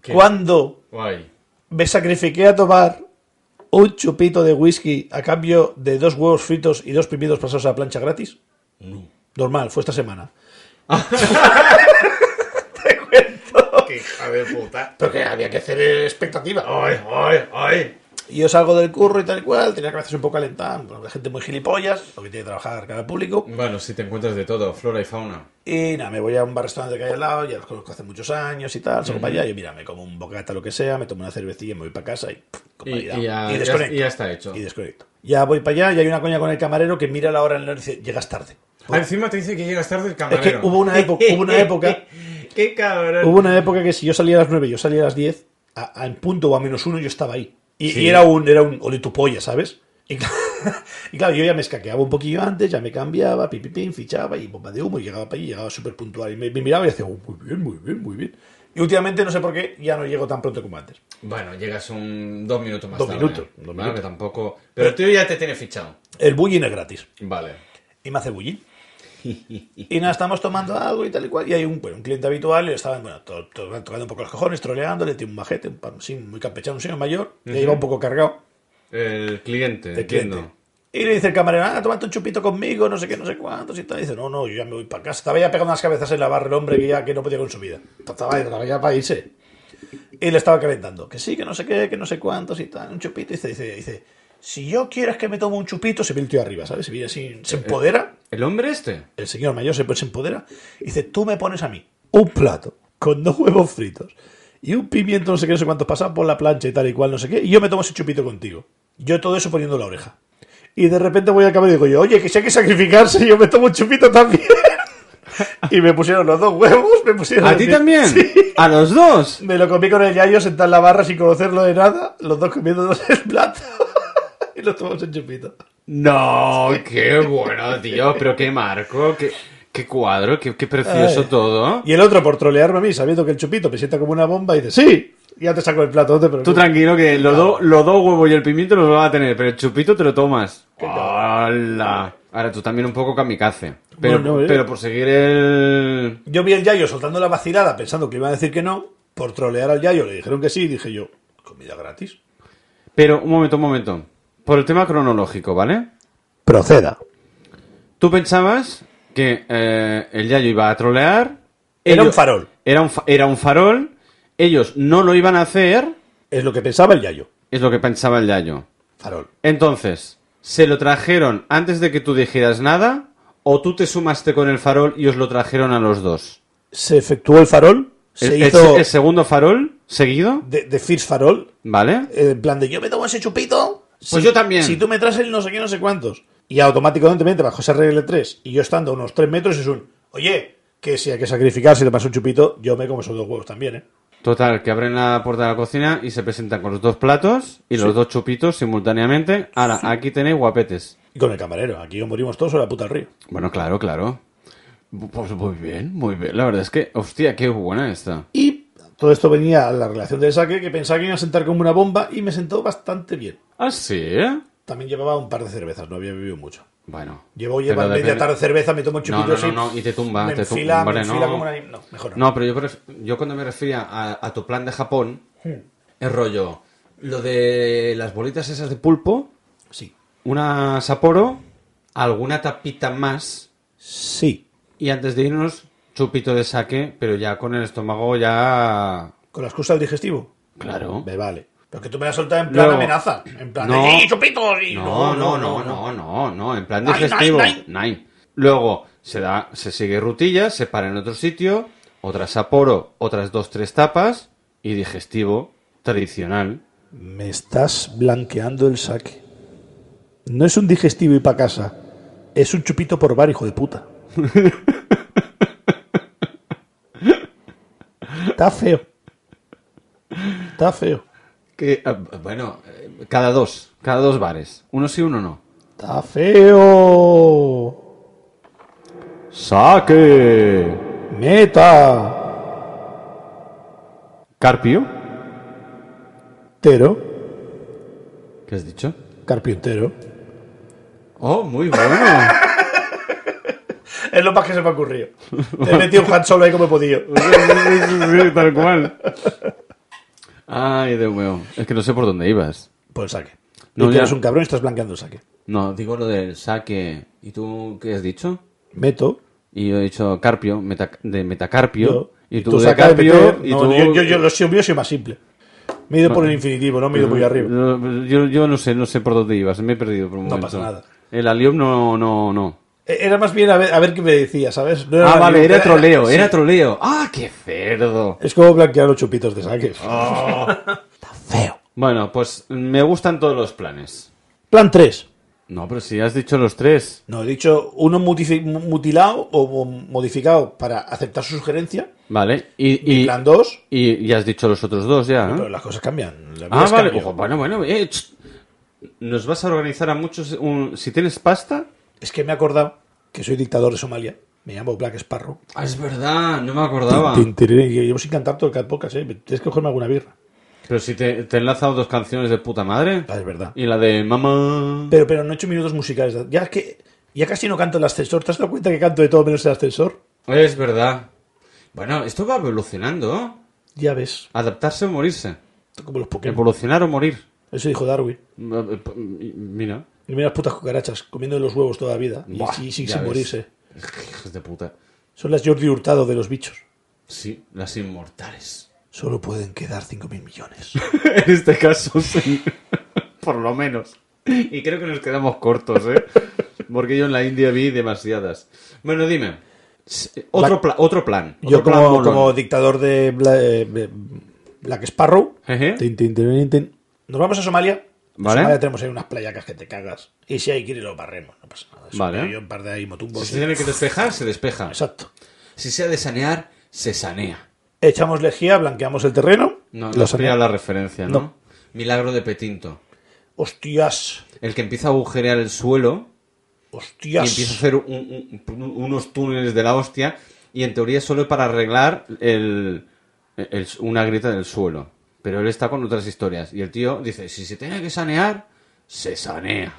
¿Qué?
cuando
Guay.
me sacrifiqué a tomar un chupito de whisky a cambio de dos huevos fritos y dos pimientos pasados a la plancha gratis.
No.
Normal, fue esta semana. Ah.
Qué hija de puta.
Pero que había que hacer expectativa.
Ay, ay, ay.
Y yo salgo del curro y tal y cual, tenía que hacerse un poco calentada, bueno, la gente muy gilipollas, lo que tiene que trabajar cara al público.
Bueno, si te encuentras de todo, flora y fauna.
Y nada, me voy a un bar restaurante que hay al lado, ya los conozco hace muchos años y tal, salgo para allá, yo mira, me como un bocata, lo que sea, me tomo una cervecilla, me voy para casa y... pff,
Y,
comodidad.
y ya,
Y
ya-
desconecto.
ya está hecho.
Y desconecto. Ya voy para allá y hay una coña con el camarero que mira la hora en el dice, llegas tarde.
Ah, encima te dice que llegas tarde el
Es
camarero.
que hubo una época, hubo una época,
Qué cabrón.
hubo una época que si yo salía a las 9 yo salía a las 10, a, a- en punto o a menos uno yo estaba ahí. Y,
Sí.
y era un, era un ole tu polla, ¿sabes? Y, cla- y claro, yo ya me escaqueaba un poquillo antes, ya me cambiaba, pim, pim, pim, fichaba y bomba de humo, y llegaba para allí, llegaba súper puntual. Y me, me miraba y decía, "Oh, muy bien, muy bien, muy bien. Y últimamente, no sé por qué, ya no llego tan pronto como antes.
Bueno, llegas un dos minutos más
Dos
tarde.
minutos, dos
Vale,
minutos.
que tampoco. Pero el tío ya te tiene fichado.
El bullying es gratis.
Vale.
y me hace bullying. Y nada, estamos tomando algo y tal y cual. Y hay un, bueno, un cliente habitual y le estaban bueno, to- to- tocando un poco los cojones, troleándole, tiene un majete, un pan, sí, muy campechano, un señor mayor, le iba un poco cargado
El cliente,
de
entiendo.
cliente. Y le dice el camarero, ah, tomate un chupito conmigo, no sé qué, no sé cuántos y tal. Y dice, no, no, yo ya me voy para casa. Estaba ya pegando las cabezas en la barra el hombre que ya que no podía con su vida. Estaba, estaba ya para irse. Y le estaba calentando, que sí, que no sé qué, que no sé cuántos y tal, un chupito. Y dice, dice, dice, si yo quiero es que me tomo un chupito, se viene el tío arriba, ¿sabes? Se viene así, se empodera
¿El hombre este?
el señor mayor se, se empodera y dice, tú me pones a mí un plato con dos huevos fritos y un pimiento no sé qué, no sé cuántos pasados por la plancha y tal y cual, no sé qué, y yo me tomo ese chupito contigo. Yo todo eso poniendo la oreja. Y de repente voy al camarero y digo yo, oye, que si hay que sacrificarse, yo me tomo un chupito también. y me pusieron los dos huevos, me pusieron...
¿A
el
ti
pi-
también?
Sí.
¿A los dos?
Me lo comí con el yayo sentado en la barra sin conocerlo de nada, los dos comiendo el plato y los tomamos en chupito.
No, qué bueno, tío. Pero qué marco, qué, qué cuadro, qué, qué precioso
Ay.
todo.
Y el otro por trolearme a mí, sabiendo que el chupito me sienta como una bomba, y dice, sí, ya te saco el plato, no te preocupes.
Tú tranquilo que los dos los dos huevos y el pimiento los vas a tener, pero el chupito te lo tomas. ¡Hala! Ahora tú también un poco kamikaze. Pero,
Bueno, eh.
pero por seguir el...
Yo vi al Yayo soltando la vacilada pensando que iba a decir que no, por trolear al Yayo le dijeron que sí, y dije yo, comida gratis.
Pero, un momento, un momento. Por el tema cronológico, ¿vale?
Proceda.
Tú pensabas que eh, el Yayo iba a trolear.
Era un farol.
Era un, fa- era un farol. Ellos no lo iban a hacer.
Es lo que pensaba el Yayo.
Es lo que pensaba el Yayo.
Farol.
Entonces, ¿se lo trajeron antes de que tú dijeras nada? ¿O tú te sumaste con el farol y os lo trajeron a los dos?
Se efectuó el farol, se
el, el-
hizo
el segundo farol seguido,
de, de First Farol,
¿vale?
eh, en plan de yo me tomo ese chupito.
Pues yo también.
Si tú me traes el no sé qué, no sé cuántos. Y automáticamente bajo esa regla 3 y yo estando a unos 3 metros es un, oye, que si hay que sacrificarse y te pasa un chupito, yo me como esos dos huevos también, ¿eh?
Total, que abren la puerta de la cocina y se presentan con los dos platos y los dos chupitos simultáneamente. Ahora, aquí tenéis guapetes.
Y con el camarero, aquí o morimos todos o la puta al río.
Bueno, claro, claro. Pues muy bien, muy bien. La verdad es que, hostia, qué buena esta.
Y todo esto venía a la relación del saque, que pensaba que iba a sentar como una bomba y me sentó bastante bien.
¿Ah, sí?
También llevaba un par de cervezas, no había bebido mucho.
Bueno.
Llevo
pero
llevar media
depende-
tarde cerveza, me tomo un chupito
No, no,
así,
no, no, y te tumba,
me
te tumba,
enfila,
vale,
me enfila
no.
como una... No, mejor no.
No, pero yo, pref- yo cuando me refería a, a tu plan de Japón, es rollo, lo de las bolitas esas de pulpo,
Sí.
una Sapporo, alguna tapita más
Sí.
y antes de irnos, chupito de saque, pero ya con el estómago ya...
¿Con la excusa del digestivo?
Claro.
Me vale. Pero que tú me la soltado en plan
Luego-
amenaza. En plan,
No.
de, ¡Sí, chupitos! y-
No, no, no, no, no, no, en plan
Nine,
digestivo.
nine,
Nine. Luego se da, se sigue rutilla, se para en otro sitio, otra Sapporo, otras dos, tres tapas y digestivo tradicional.
Me estás blanqueando el saque. No es un digestivo y pa' casa. Es un chupito por bar, hijo de puta. Está feo. Está feo.
Que, ah, bueno, eh, cada dos, cada dos bares. Uno sí, uno no.
Está feo.
¡Saque!
Meta.
¿Carpio?
Tero.
¿Qué has dicho?
Carpintero.
Oh, muy bueno.
Es lo más que se me ha ocurrido. He metido un Han Solo ahí como he podido.
Tal cual. Ay, Dios mío. Es que no sé por dónde ibas.
Por el Pues saque.
No,
y tú
ya.
eres un cabrón y estás blanqueando el saque.
No, digo lo del saque. ¿Y tú qué has dicho?
Meto.
Y yo he dicho Carpio, meta- de Metacarpio.
Yo.
y tú, de
sacas
Carpio.
meter-
y
no,
tú- eh,
yo, yo, yo, lo sé, mío soy más simple. Me he ido por el infinitivo, no me he ido muy arriba.
Yo, yo- yo no sé, no sé por dónde ibas. Me he perdido por un
No
momento.
pasa nada.
El Alium no, no, no.
Eh, Era más bien a ver, a ver qué me decía, ¿sabes? No
Ah,
la
vale,
libertad,
era troleo,
sí.
era troleo. ¡Ah, qué cerdo!
Es como blanquear los chupitos de saque.
Oh.
Está feo.
Bueno, pues me gustan todos los planes.
Plan 3.
No, pero si has dicho los tres.
No, he dicho uno mutifi- mutilado o mo- modificado para aceptar su sugerencia.
Vale, y,
Y,
y,
plan 2,
y ya has dicho los otros dos ya. ¿eh?
pero las cosas cambian. la vida
Ah,
es
vale.
cambio.
Ojo, bueno, bueno. eh, ch- Nos vas a organizar a muchos. un- si tienes pasta.
Es que me he acordado que soy dictador de Somalia. Me llamo Black Sparrow.
Ah, es verdad, no me acordaba.
Tin, tin, tin, y Llevo sin cantar todo el Cat Podcast, ¿eh? Tienes que cogerme alguna birra.
Pero si te, te he enlazado dos canciones de puta madre.
Ah, es verdad.
Y la de mamá.
Pero, pero no he hecho minutos musicales. Ya es que ya casi no canto el ascensor. ¿Te has dado cuenta que canto de todo menos el ascensor?
Es verdad. Bueno, esto va evolucionando. ¿eh?
Ya ves.
Adaptarse o morirse.
Esto como los Pokémon.
Evolucionar o morir.
Eso dijo Darwin.
Eh, eh, Mira.
Y mira las putas cucarachas comiendo los huevos toda la vida. Y,
Buah,
así, sin,
ya
sin
ves.
morirse.
Hijos de puta.
Son las Jordi Hurtado de los bichos.
Sí, las inmortales.
Solo pueden quedar 5.000 millones.
En este caso, sí. Por lo menos. Y creo que nos quedamos cortos, ¿eh? Porque yo en la India vi demasiadas. Bueno, dime. S- eh, Otro, pla- otro plan.
Yo
otro plan
como,
molón.
como dictador de Bla- eh, Black, Sparrow.
Ejé.
tin, tin, tin, tin. Nos vamos a Somalia. En
Vale.
Somalia tenemos ahí unas playacas que te cagas. Y si hay que ir, lo barremos. No pasa nada. Eso
Vale.
me doy un par de ahí motumbos.
Si se tiene que despejar, se despeja.
Exacto.
Si se ha de sanear, se sanea.
Echamos lejía, blanqueamos el terreno.
No,
Lo
no sería
saneamos.
la referencia, ¿no?
No.
Milagro de Petinto.
Hostias.
El que empieza a agujerear el suelo y
Hostias.
empieza a hacer un- un- un- unos túneles de la hostia y en teoría solo para arreglar el, el- una grieta del suelo. Pero él está con otras historias y el tío dice, si se tiene que sanear, se sanea.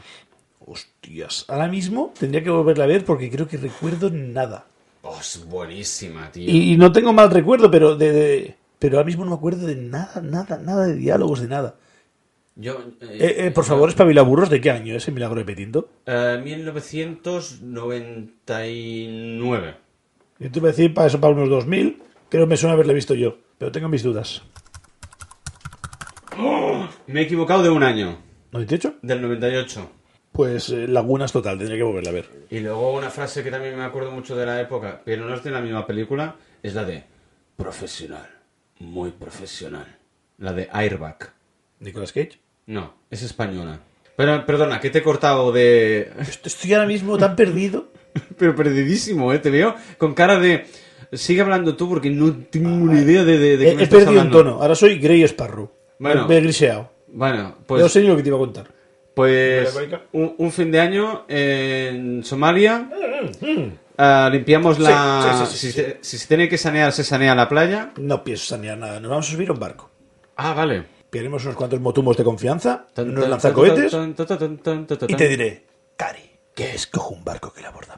Hostias. Ahora mismo tendría que volverla a ver porque creo que recuerdo nada.
Oh, es buenísima, tío.
Y, y no tengo mal recuerdo, pero de, de- Pero ahora mismo no me acuerdo de nada, nada, nada de diálogos, de nada.
Yo, eh,
Eh, eh, por favor, espabila burros, ¿de qué año es el milagro de Petinto?
eh, 1999.
Yo te iba a decir para eso, para unos 2000. Creo que me suena haberle visto yo, pero tengo mis dudas.
Me he equivocado de un año,
¿98?
del 98.
Pues eh, lagunas total, tendría que volverla a ver.
Y luego una frase que también me acuerdo mucho de la época, pero no es de la misma película, es la de profesional, muy profesional. La de Airbag.
¿Nicolas Cage?
No, es española. Pero, perdona, que te he cortado de...
Est- Estoy ahora mismo tan perdido.
Pero perdidísimo, ¿eh? Te veo con cara de... Sigue hablando tú porque no tengo ni idea de, de, de qué
Eh, He,
me
he
estás
perdido un
hablando.
tono, ahora soy Grey Sparrow.
Bueno.
Me, me he griseado.
Bueno,
Yo no
pues,
sé ni lo que te iba a contar.
pues
¿Melancólica?
un, un fin de año en Somalia. ah, limpiamos la...
Sí, sí, sí, sí,
si, se- si se tiene que sanear, se sanea la playa.
No pienso sanear nada, nos vamos a subir a un barco.
Ah, vale.
Pillaremos unos cuantos motumos de confianza,
Tan,
unos
tan,
lanzacohetes
tan, tan, tan, tan, tan, tan, tan,
y
tan.
te diré, Cari, que escojo un barco que le abordamos.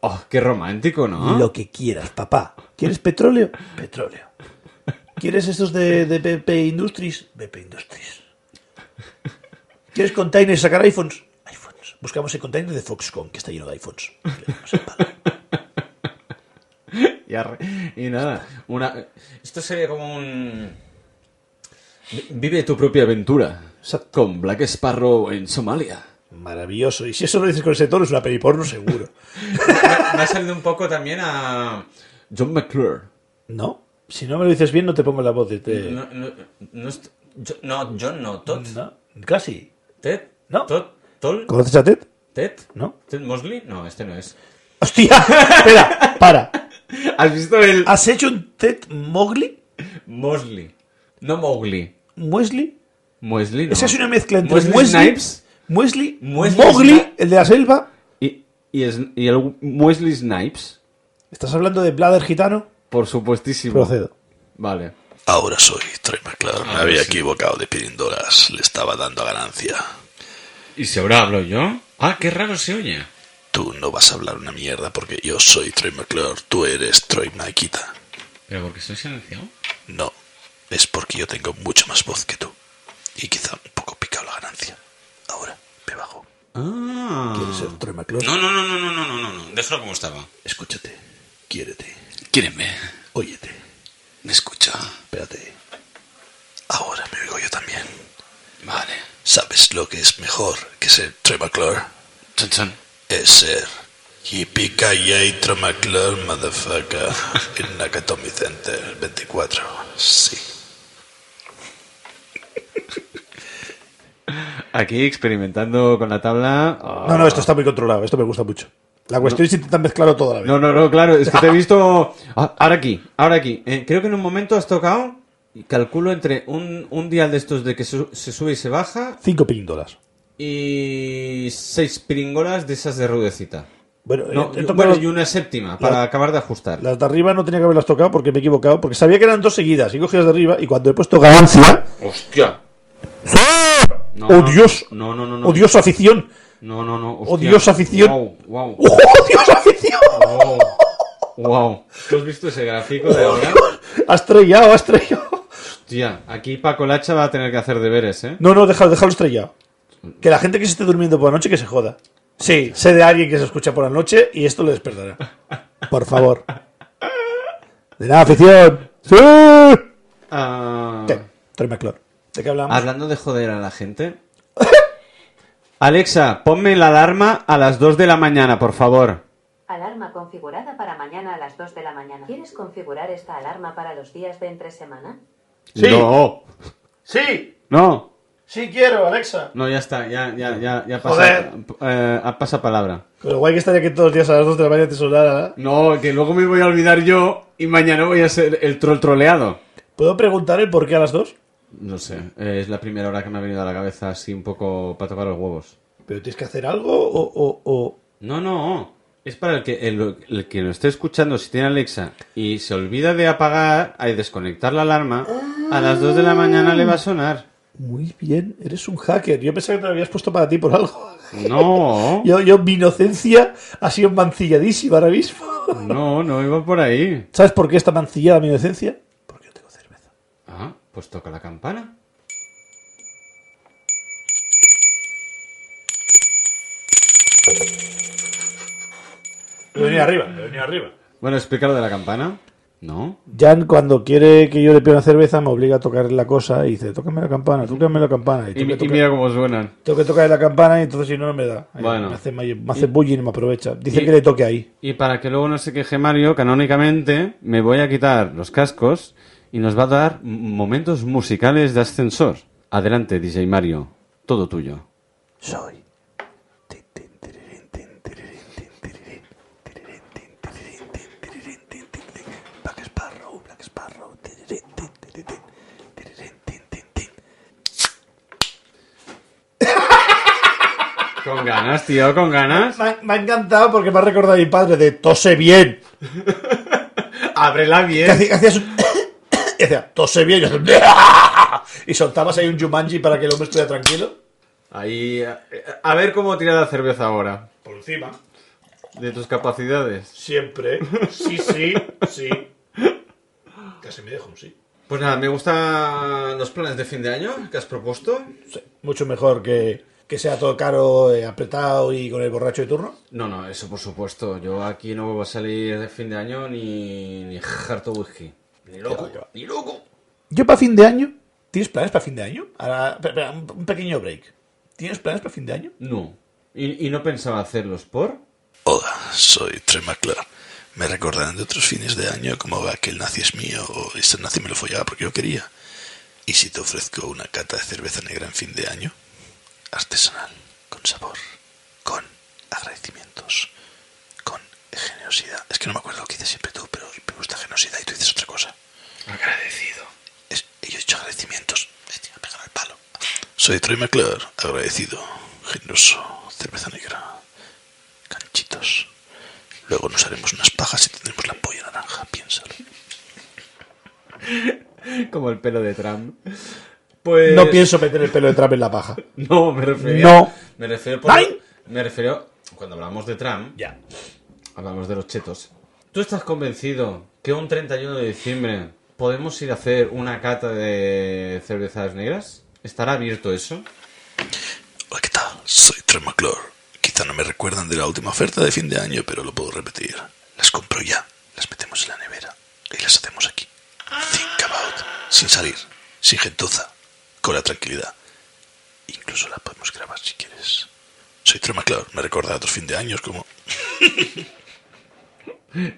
Oh, qué romántico,
¿Ah?
¿no?
Lo que quieras, papá. ¿Quieres petróleo? Petróleo. ¿Quieres estos de, de BP Industries? BP Industries. ¿Quieres containers y sacar iPhones? Buscamos el container de Foxconn, que está lleno de iPhones. Y le damos el palo.
Y, arre- y nada, una... Esto sería como un... Vi- Vive tu propia aventura. Con Black Sparrow en Somalia.
Maravilloso. Y si eso lo dices con ese tono, es una peliporno seguro.
Me ha salido un poco también a John McClure.
No, si no me lo dices bien, no te pongo la voz de. de-
No, no, no, est- Jo- no, John no, Todd.
No, Casi.
Ted.
No.
Todd. Tol.
¿Conoces a Ted?
Ted.
¿No?
Ted Mosley. No, este no es.
¡Hostia! Espera, para.
¿Has visto el
¿Has hecho un Ted Mowgli?
Mosley? No Mowgli.
¿Muesli?
Mosley no.
Esa es una mezcla entre
Wesley
Muesli,
Snipes
Muesli,
Wesley
Mowgli,
Sni-
el de la selva.
y, y, es- y el Wesley Snipes.
¿Estás hablando de Blader Gitano?
Por supuestísimo.
Procedo.
Vale.
Ahora soy Troy McClure. Me había equivocado de pirindolas. Le estaba dando a ganancia.
¿Y si ahora hablo yo? Ah, qué raro se oye.
Tú no vas a hablar una mierda porque yo soy Troy McClure. Tú eres Troy Maikita.
¿Pero porque estoy silenciado?
No. Es porque yo tengo mucho más voz que tú. Y quizá un poco picado la ganancia. Ahora, me bajo.
Ah.
¿Quieres ser Troy McClure?
No, no, no, no, no, no, no, no, no. Déjalo como estaba.
Escúchate. Quiérete.
Quírenme.
Óyete.
Me escucha.
Espérate. Ahora me oigo yo también.
Vale.
¿Sabes lo que es mejor que ser Troy McClure?
Chan, chan.
Es ser. Yippee-ki-yay, Troy McClure, motherfucker. En Nakatomi Center, 24. Sí.
Aquí experimentando con la tabla. Ah.
No, no, esto está muy controlado. Esto me gusta mucho. La cuestión es intentar mezclarlo toda la vez.
No, no, no, claro, es que te he visto. Ah, ahora aquí, ahora aquí. Eh, creo que en un momento has tocado, y calculo entre un, un dial de estos de que su- se sube y se baja,
Cinco pirindolas.
y seis pringolas de esas de rudecita.
Bueno,
No,
Eh, he- he
y-
tocado-
bueno, y una séptima, para acabar de ajustar.
Las de arriba no tenía que haberlas tocado porque me he equivocado, porque sabía que eran dos seguidas y cogí las de arriba y cuando he puesto ganancia...
¡Hostia!
¡Ah!
No,
¡Oh,
no.
¡Odioso!
No, no, no, no.
¡Odiosa afición!
No, no, no.
Odiosa afición.
¡Wow! ¡Wow!
¡Odiosa afición!
¡Wow! wow. ¿Tú has visto ese gráfico de ahora?
Ha estrellado, ha estrellado.
Hostia, aquí Paco Lacha va a tener que hacer deberes, ¿eh?
No, no, déjalo, déjalo estrellado. Que la gente que se esté durmiendo por la noche que se joda. Sí, sé de alguien que se escucha por la noche y esto le despertará. Por favor. De la afición. ¡Sí!
Ah.
¿Qué? Troy McClure. ¿De qué hablamos?
Hablando de joder a la gente. Alexa, ponme la alarma a las 2 de la mañana, por favor.
Alarma configurada para mañana a las 2 de la mañana. ¿Quieres configurar esta alarma para los días de entre semana?
Sí.
No,
Sí,
no,
sí quiero, Alexa.
no, ya está, ya, ya, ya, ya
Joder.
pasa, eh, ah, pasa palabra.
Pero guay que estaría que todos los días a las 2 de la mañana te ¿eh? sonara.
No, que luego me voy a olvidar yo y mañana voy a ser el troll troleado.
¿Puedo preguntar el por qué a las 2?
No sé, eh, es la primera hora que me ha venido a la cabeza así un poco para tocar los huevos.
¿Pero tienes que hacer algo o...? o- o-
No, no. Es para el que el, el que lo esté escuchando, si tiene Alexa y se olvida de apagar y desconectar la alarma, a las 2 de la mañana le va a sonar.
Muy bien, eres un hacker. Yo pensaba que te lo habías puesto para ti por algo.
No,
Yo, yo mi inocencia ha sido mancilladísima ahora mismo.
no, no iba por ahí.
¿Sabes por qué está mancillada mi inocencia? Porque no tengo cerveza.
Ah, pues toca la campana.
Lo venía arriba, lo venía arriba.
Bueno, explica lo de la campana. No.
Jan, cuando quiere que yo le pida una cerveza, me obliga a tocar la cosa y dice, tócame la campana, tócame la campana. Y
Y,
tengo,
mi-
que
y
tocar,
mira cómo suenan.
tengo que tocar la campana y entonces si no, no me da. Ahí
Bueno.
Me hace, ma- me hace bullying y me aprovecha. Dice
Y-
que le toque ahí.
Y para que luego no se queje Mario, canónicamente me voy a quitar los cascos y nos va a dar m- momentos musicales de ascensor. Adelante, DJ Mario. Todo tuyo.
Soy.
Black Sparrow, Black Sparrow. tirirín, tin, tirirín, tirirín, tin, tin, tin.
Con ganas, tío, con ganas.
Me ha, me ha encantado porque me ha recordado a mi padre de tose bien.
Ábrela
Que
bien.
hacía- que hacías un... y hacía, tose bien y, hacías un y soltabas ahí un Jumanji para que el hombre estuviera tranquilo.
Ahí. A, a ver cómo tira la cerveza ahora.
Por encima.
De tus capacidades.
Siempre. Sí, sí, sí. Casi me dejo un sí.
Pues nada, me gustan los planes de fin de año que has propuesto.
Mucho mejor que que sea todo caro, eh, apretado y con el borracho de turno.
No, no, eso por supuesto. Yo aquí no vuelvo a salir de fin de año ni, ni harto whisky. Ni loco, ni loco.
Yo para fin de año,
¿Tienes planes para fin de año? Ahora, espera, espera, un un pequeño break. ¿Tienes planes para fin de año?
No. Y, y no pensaba hacerlos por.
Hola, soy Tremaclar. Me recordarán de otros fines de año como va que el nazi es mío o este nazi me lo follaba porque yo quería. Y si te ofrezco una cata de cerveza negra en fin de año, artesanal, con sabor, con agradecimientos, con generosidad. Es que no me acuerdo lo que dices siempre tú, pero me gusta generosidad y tú dices otra cosa.
Agradecido.
Es, y yo he hecho agradecimientos. Me tiene pegado el palo. Soy Troy McClure, agradecido, generoso, cerveza negra, canchitos. Luego nos haremos unas pajas y tendremos la polla naranja, piénsalo.
Como el pelo de Trump. Pues.
No pienso meter el pelo de Trump en la paja.
No, me refería.
No.
Me refiero por.
Nein.
Me refiero. Cuando hablamos de Trump,
Ya.
hablamos de los chetos. ¿Tú estás convencido que un 31 de diciembre podemos ir a hacer una cata de cervezas negras? ¿Estará abierto eso?
Hola, ¿qué tal? Soy Troy McClure. Quizá no me recuerdan de la última oferta de fin de año, pero lo puedo repetir. Las compro ya, las metemos en la nevera y las hacemos aquí. Think about. Sin salir, sin gentuza, con la tranquilidad. Incluso la podemos grabar si quieres. Soy Troy McClure. Me recuerda a otros fin de años como...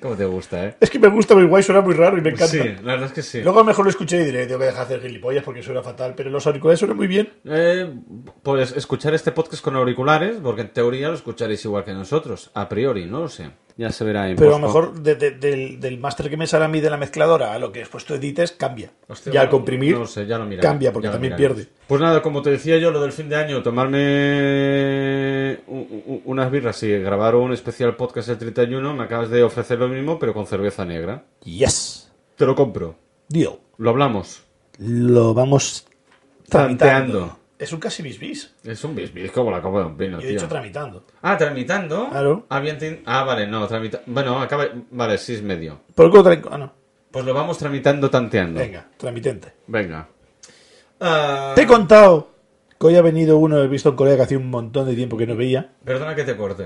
¿Cómo te gusta, eh?
Es que me gusta muy guay, suena muy raro y me encanta.
Pues Sí, la verdad es que sí.
Luego a lo mejor lo escuché y diré, tengo que dejar de hacer gilipollas porque suena fatal, pero los auriculares suenan muy bien.
Eh, pues escuchar este podcast con auriculares, porque en teoría lo escucharéis igual que nosotros. A priori, no lo sé. Ya se verá en
Pero a lo
pospo.
mejor de- de- del, del máster que me sale a mí de la mezcladora a lo que después tú edites, cambia.
Hostia,
y al
no,
comprimir,
no lo sé, ya lo miraré,
cambia porque
ya lo
también
miraré.
pierde.
Pues nada, como te decía yo, lo del fin de año, tomarme u- u- unas birras y grabar un especial podcast el 31, me acabas de ofrecer lo mismo, pero con cerveza negra.
Yes.
Te lo compro.
Deal.
Lo hablamos.
Lo vamos
Tanteando.
Es un casi bis bis.
Es un bisbis como la copa de un pino,
Yo he dicho
tío.
tramitando.
Ah, tramitando.
Claro.
Había enten- Ah, vale, no, tramitando. Bueno, acaba. Vale, sí es medio.
¿Por qué otra? Ah, no.
Pues lo vamos tramitando tanteando.
Venga, tramitente.
Venga.
Te he contado que hoy ha venido uno, he visto a un colega que hacía un montón de tiempo que no veía.
Perdona que te corte.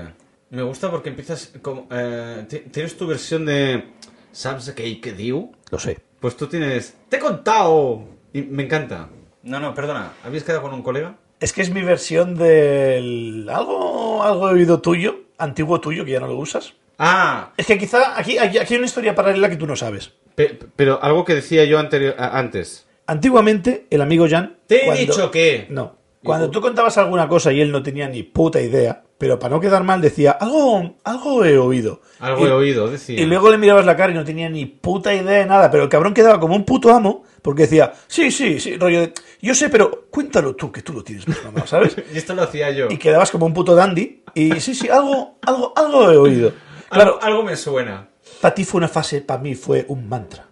Me gusta porque empiezas como... eh, ti- tienes tu versión de... ¿Sabes qué que diu?
Lo sé.
Pues tú tienes... ¡Te he contado! Y me encanta. No, no, perdona. ¿Habías quedado con un colega?
Es que es mi versión del algo, algo he oído tuyo, antiguo tuyo, que ya no lo usas.
Ah,
Es que quizá aquí, aquí, aquí hay una historia paralela que tú no sabes.
pe- pero algo que decía yo anterior, a- antes.
Antiguamente, el amigo Jan.
Te he dicho que-
No. Cuando tú contabas alguna cosa y él no tenía ni puta idea, pero para no quedar mal decía, algo, algo he oído.
Algo
Y-
he oído, decía.
Y luego le mirabas la cara y no tenía ni puta idea de nada, pero el cabrón quedaba como un puto amo porque decía, sí, sí, sí, rollo de, yo sé, pero cuéntalo tú, que tú lo tienes más mamado", ¿sabes?
Y esto lo hacía yo.
Y quedabas como un puto dandy y sí, sí, algo, algo, algo he oído. Claro,
Algo, algo me suena.
para ti fue una fase, para mí fue un mantra.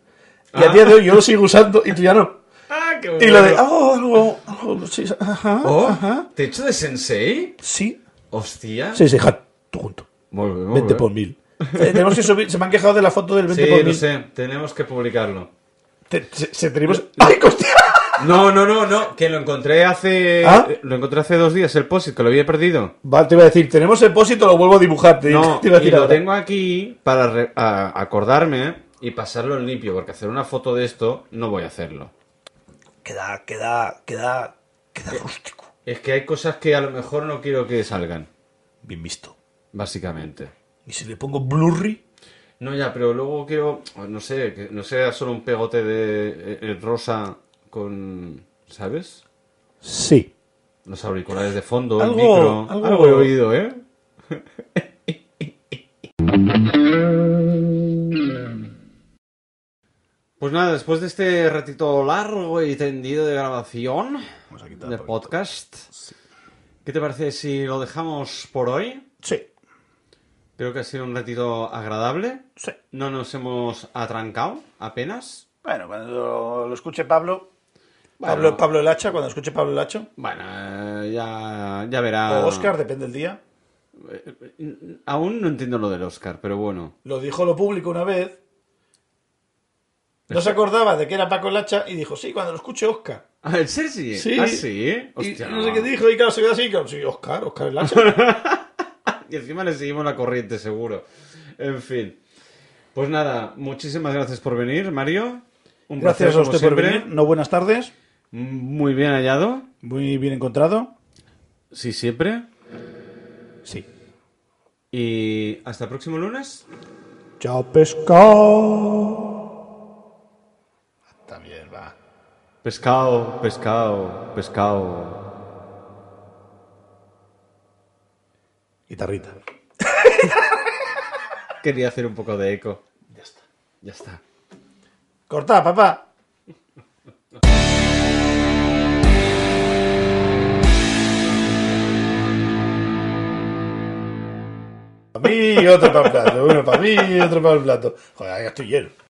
Y
Ah.
a día de hoy yo lo sigo usando y tú ya no.
Ah, qué bueno.
Y lo de, algo, algo, algo, sí, ajá,
Oh,
ajá,
¿Te echo de sensei?
sí,
Hostia.
sí, sí, ja, tú junto,
Muy bien, muy
20
bien.
por mil. Eh, Tenemos que subir, se me han quejado de la foto del 20
Sí,
por
no
mil.
sé. Tenemos que publicarlo.
Te- se, se tenemos... ¡Ay, hostia!
No, no, no, no, que lo encontré hace.
¿Ah?
Lo encontré hace dos días, el post que lo había perdido.
Vale, te iba a decir, tenemos el pósito, lo vuelvo a dibujar. Te,
No,
te iba a
y
decir
lo
ahora.
tengo aquí para re- a- acordarme y pasarlo en limpio, porque hacer una foto de esto no voy a hacerlo.
Queda, queda, queda, queda rústico.
Es que hay cosas que a lo mejor no quiero que salgan,
Bien visto.
básicamente.
Y si le pongo blurry,
No, ya, pero luego quiero, no sé, que no sea solo un pegote de eh, eh, rosa con, ¿sabes?
sí.
Los auriculares de fondo,
Algo-
el micro.
algo-
algo he oído, ¿eh? Pues nada, después de este ratito largo y tendido de grabación de podcast, ¿qué te parece si lo dejamos por hoy?
sí,
Creo que ha sido un ratito agradable.
sí.
No nos hemos atrancado apenas.
Bueno, cuando lo escuche Pablo, Pablo, Pablo el hacha, cuando escuche Pablo el hacha,
Bueno, eh, ya, ya
o
verá.
Oscar, depende del día,
Aún no entiendo lo del Oscar, pero bueno.
lo dijo lo público una vez, No se acordaba de que era Paco Lacha y dijo, sí, cuando lo escuche Oscar.
Ah, ¿En serio?
Sí.
¿Ah, sí?
Y
Hostia,
no sé qué dijo y claro, se quedó así. claro, sí, Oscar, Oscar el Lacha.
Y encima le seguimos la corriente, seguro. En fin. Pues nada, muchísimas gracias por venir, Mario. Un
Gracias
placer,
a
como
usted por
siempre.
venir. No buenas tardes.
Muy bien hallado.
Muy bien encontrado.
Sí, siempre.
Sí.
Y hasta el próximo lunes.
Chao, pescado. También va.
Pescado, pescado, pescado.
Guitarrita.
Quería hacer un poco de eco.
Ya está.
Ya está.
Corta, papá. Para mí y otro para el plato. Uno para mí y otro para el plato. Joder, ya estoy lleno.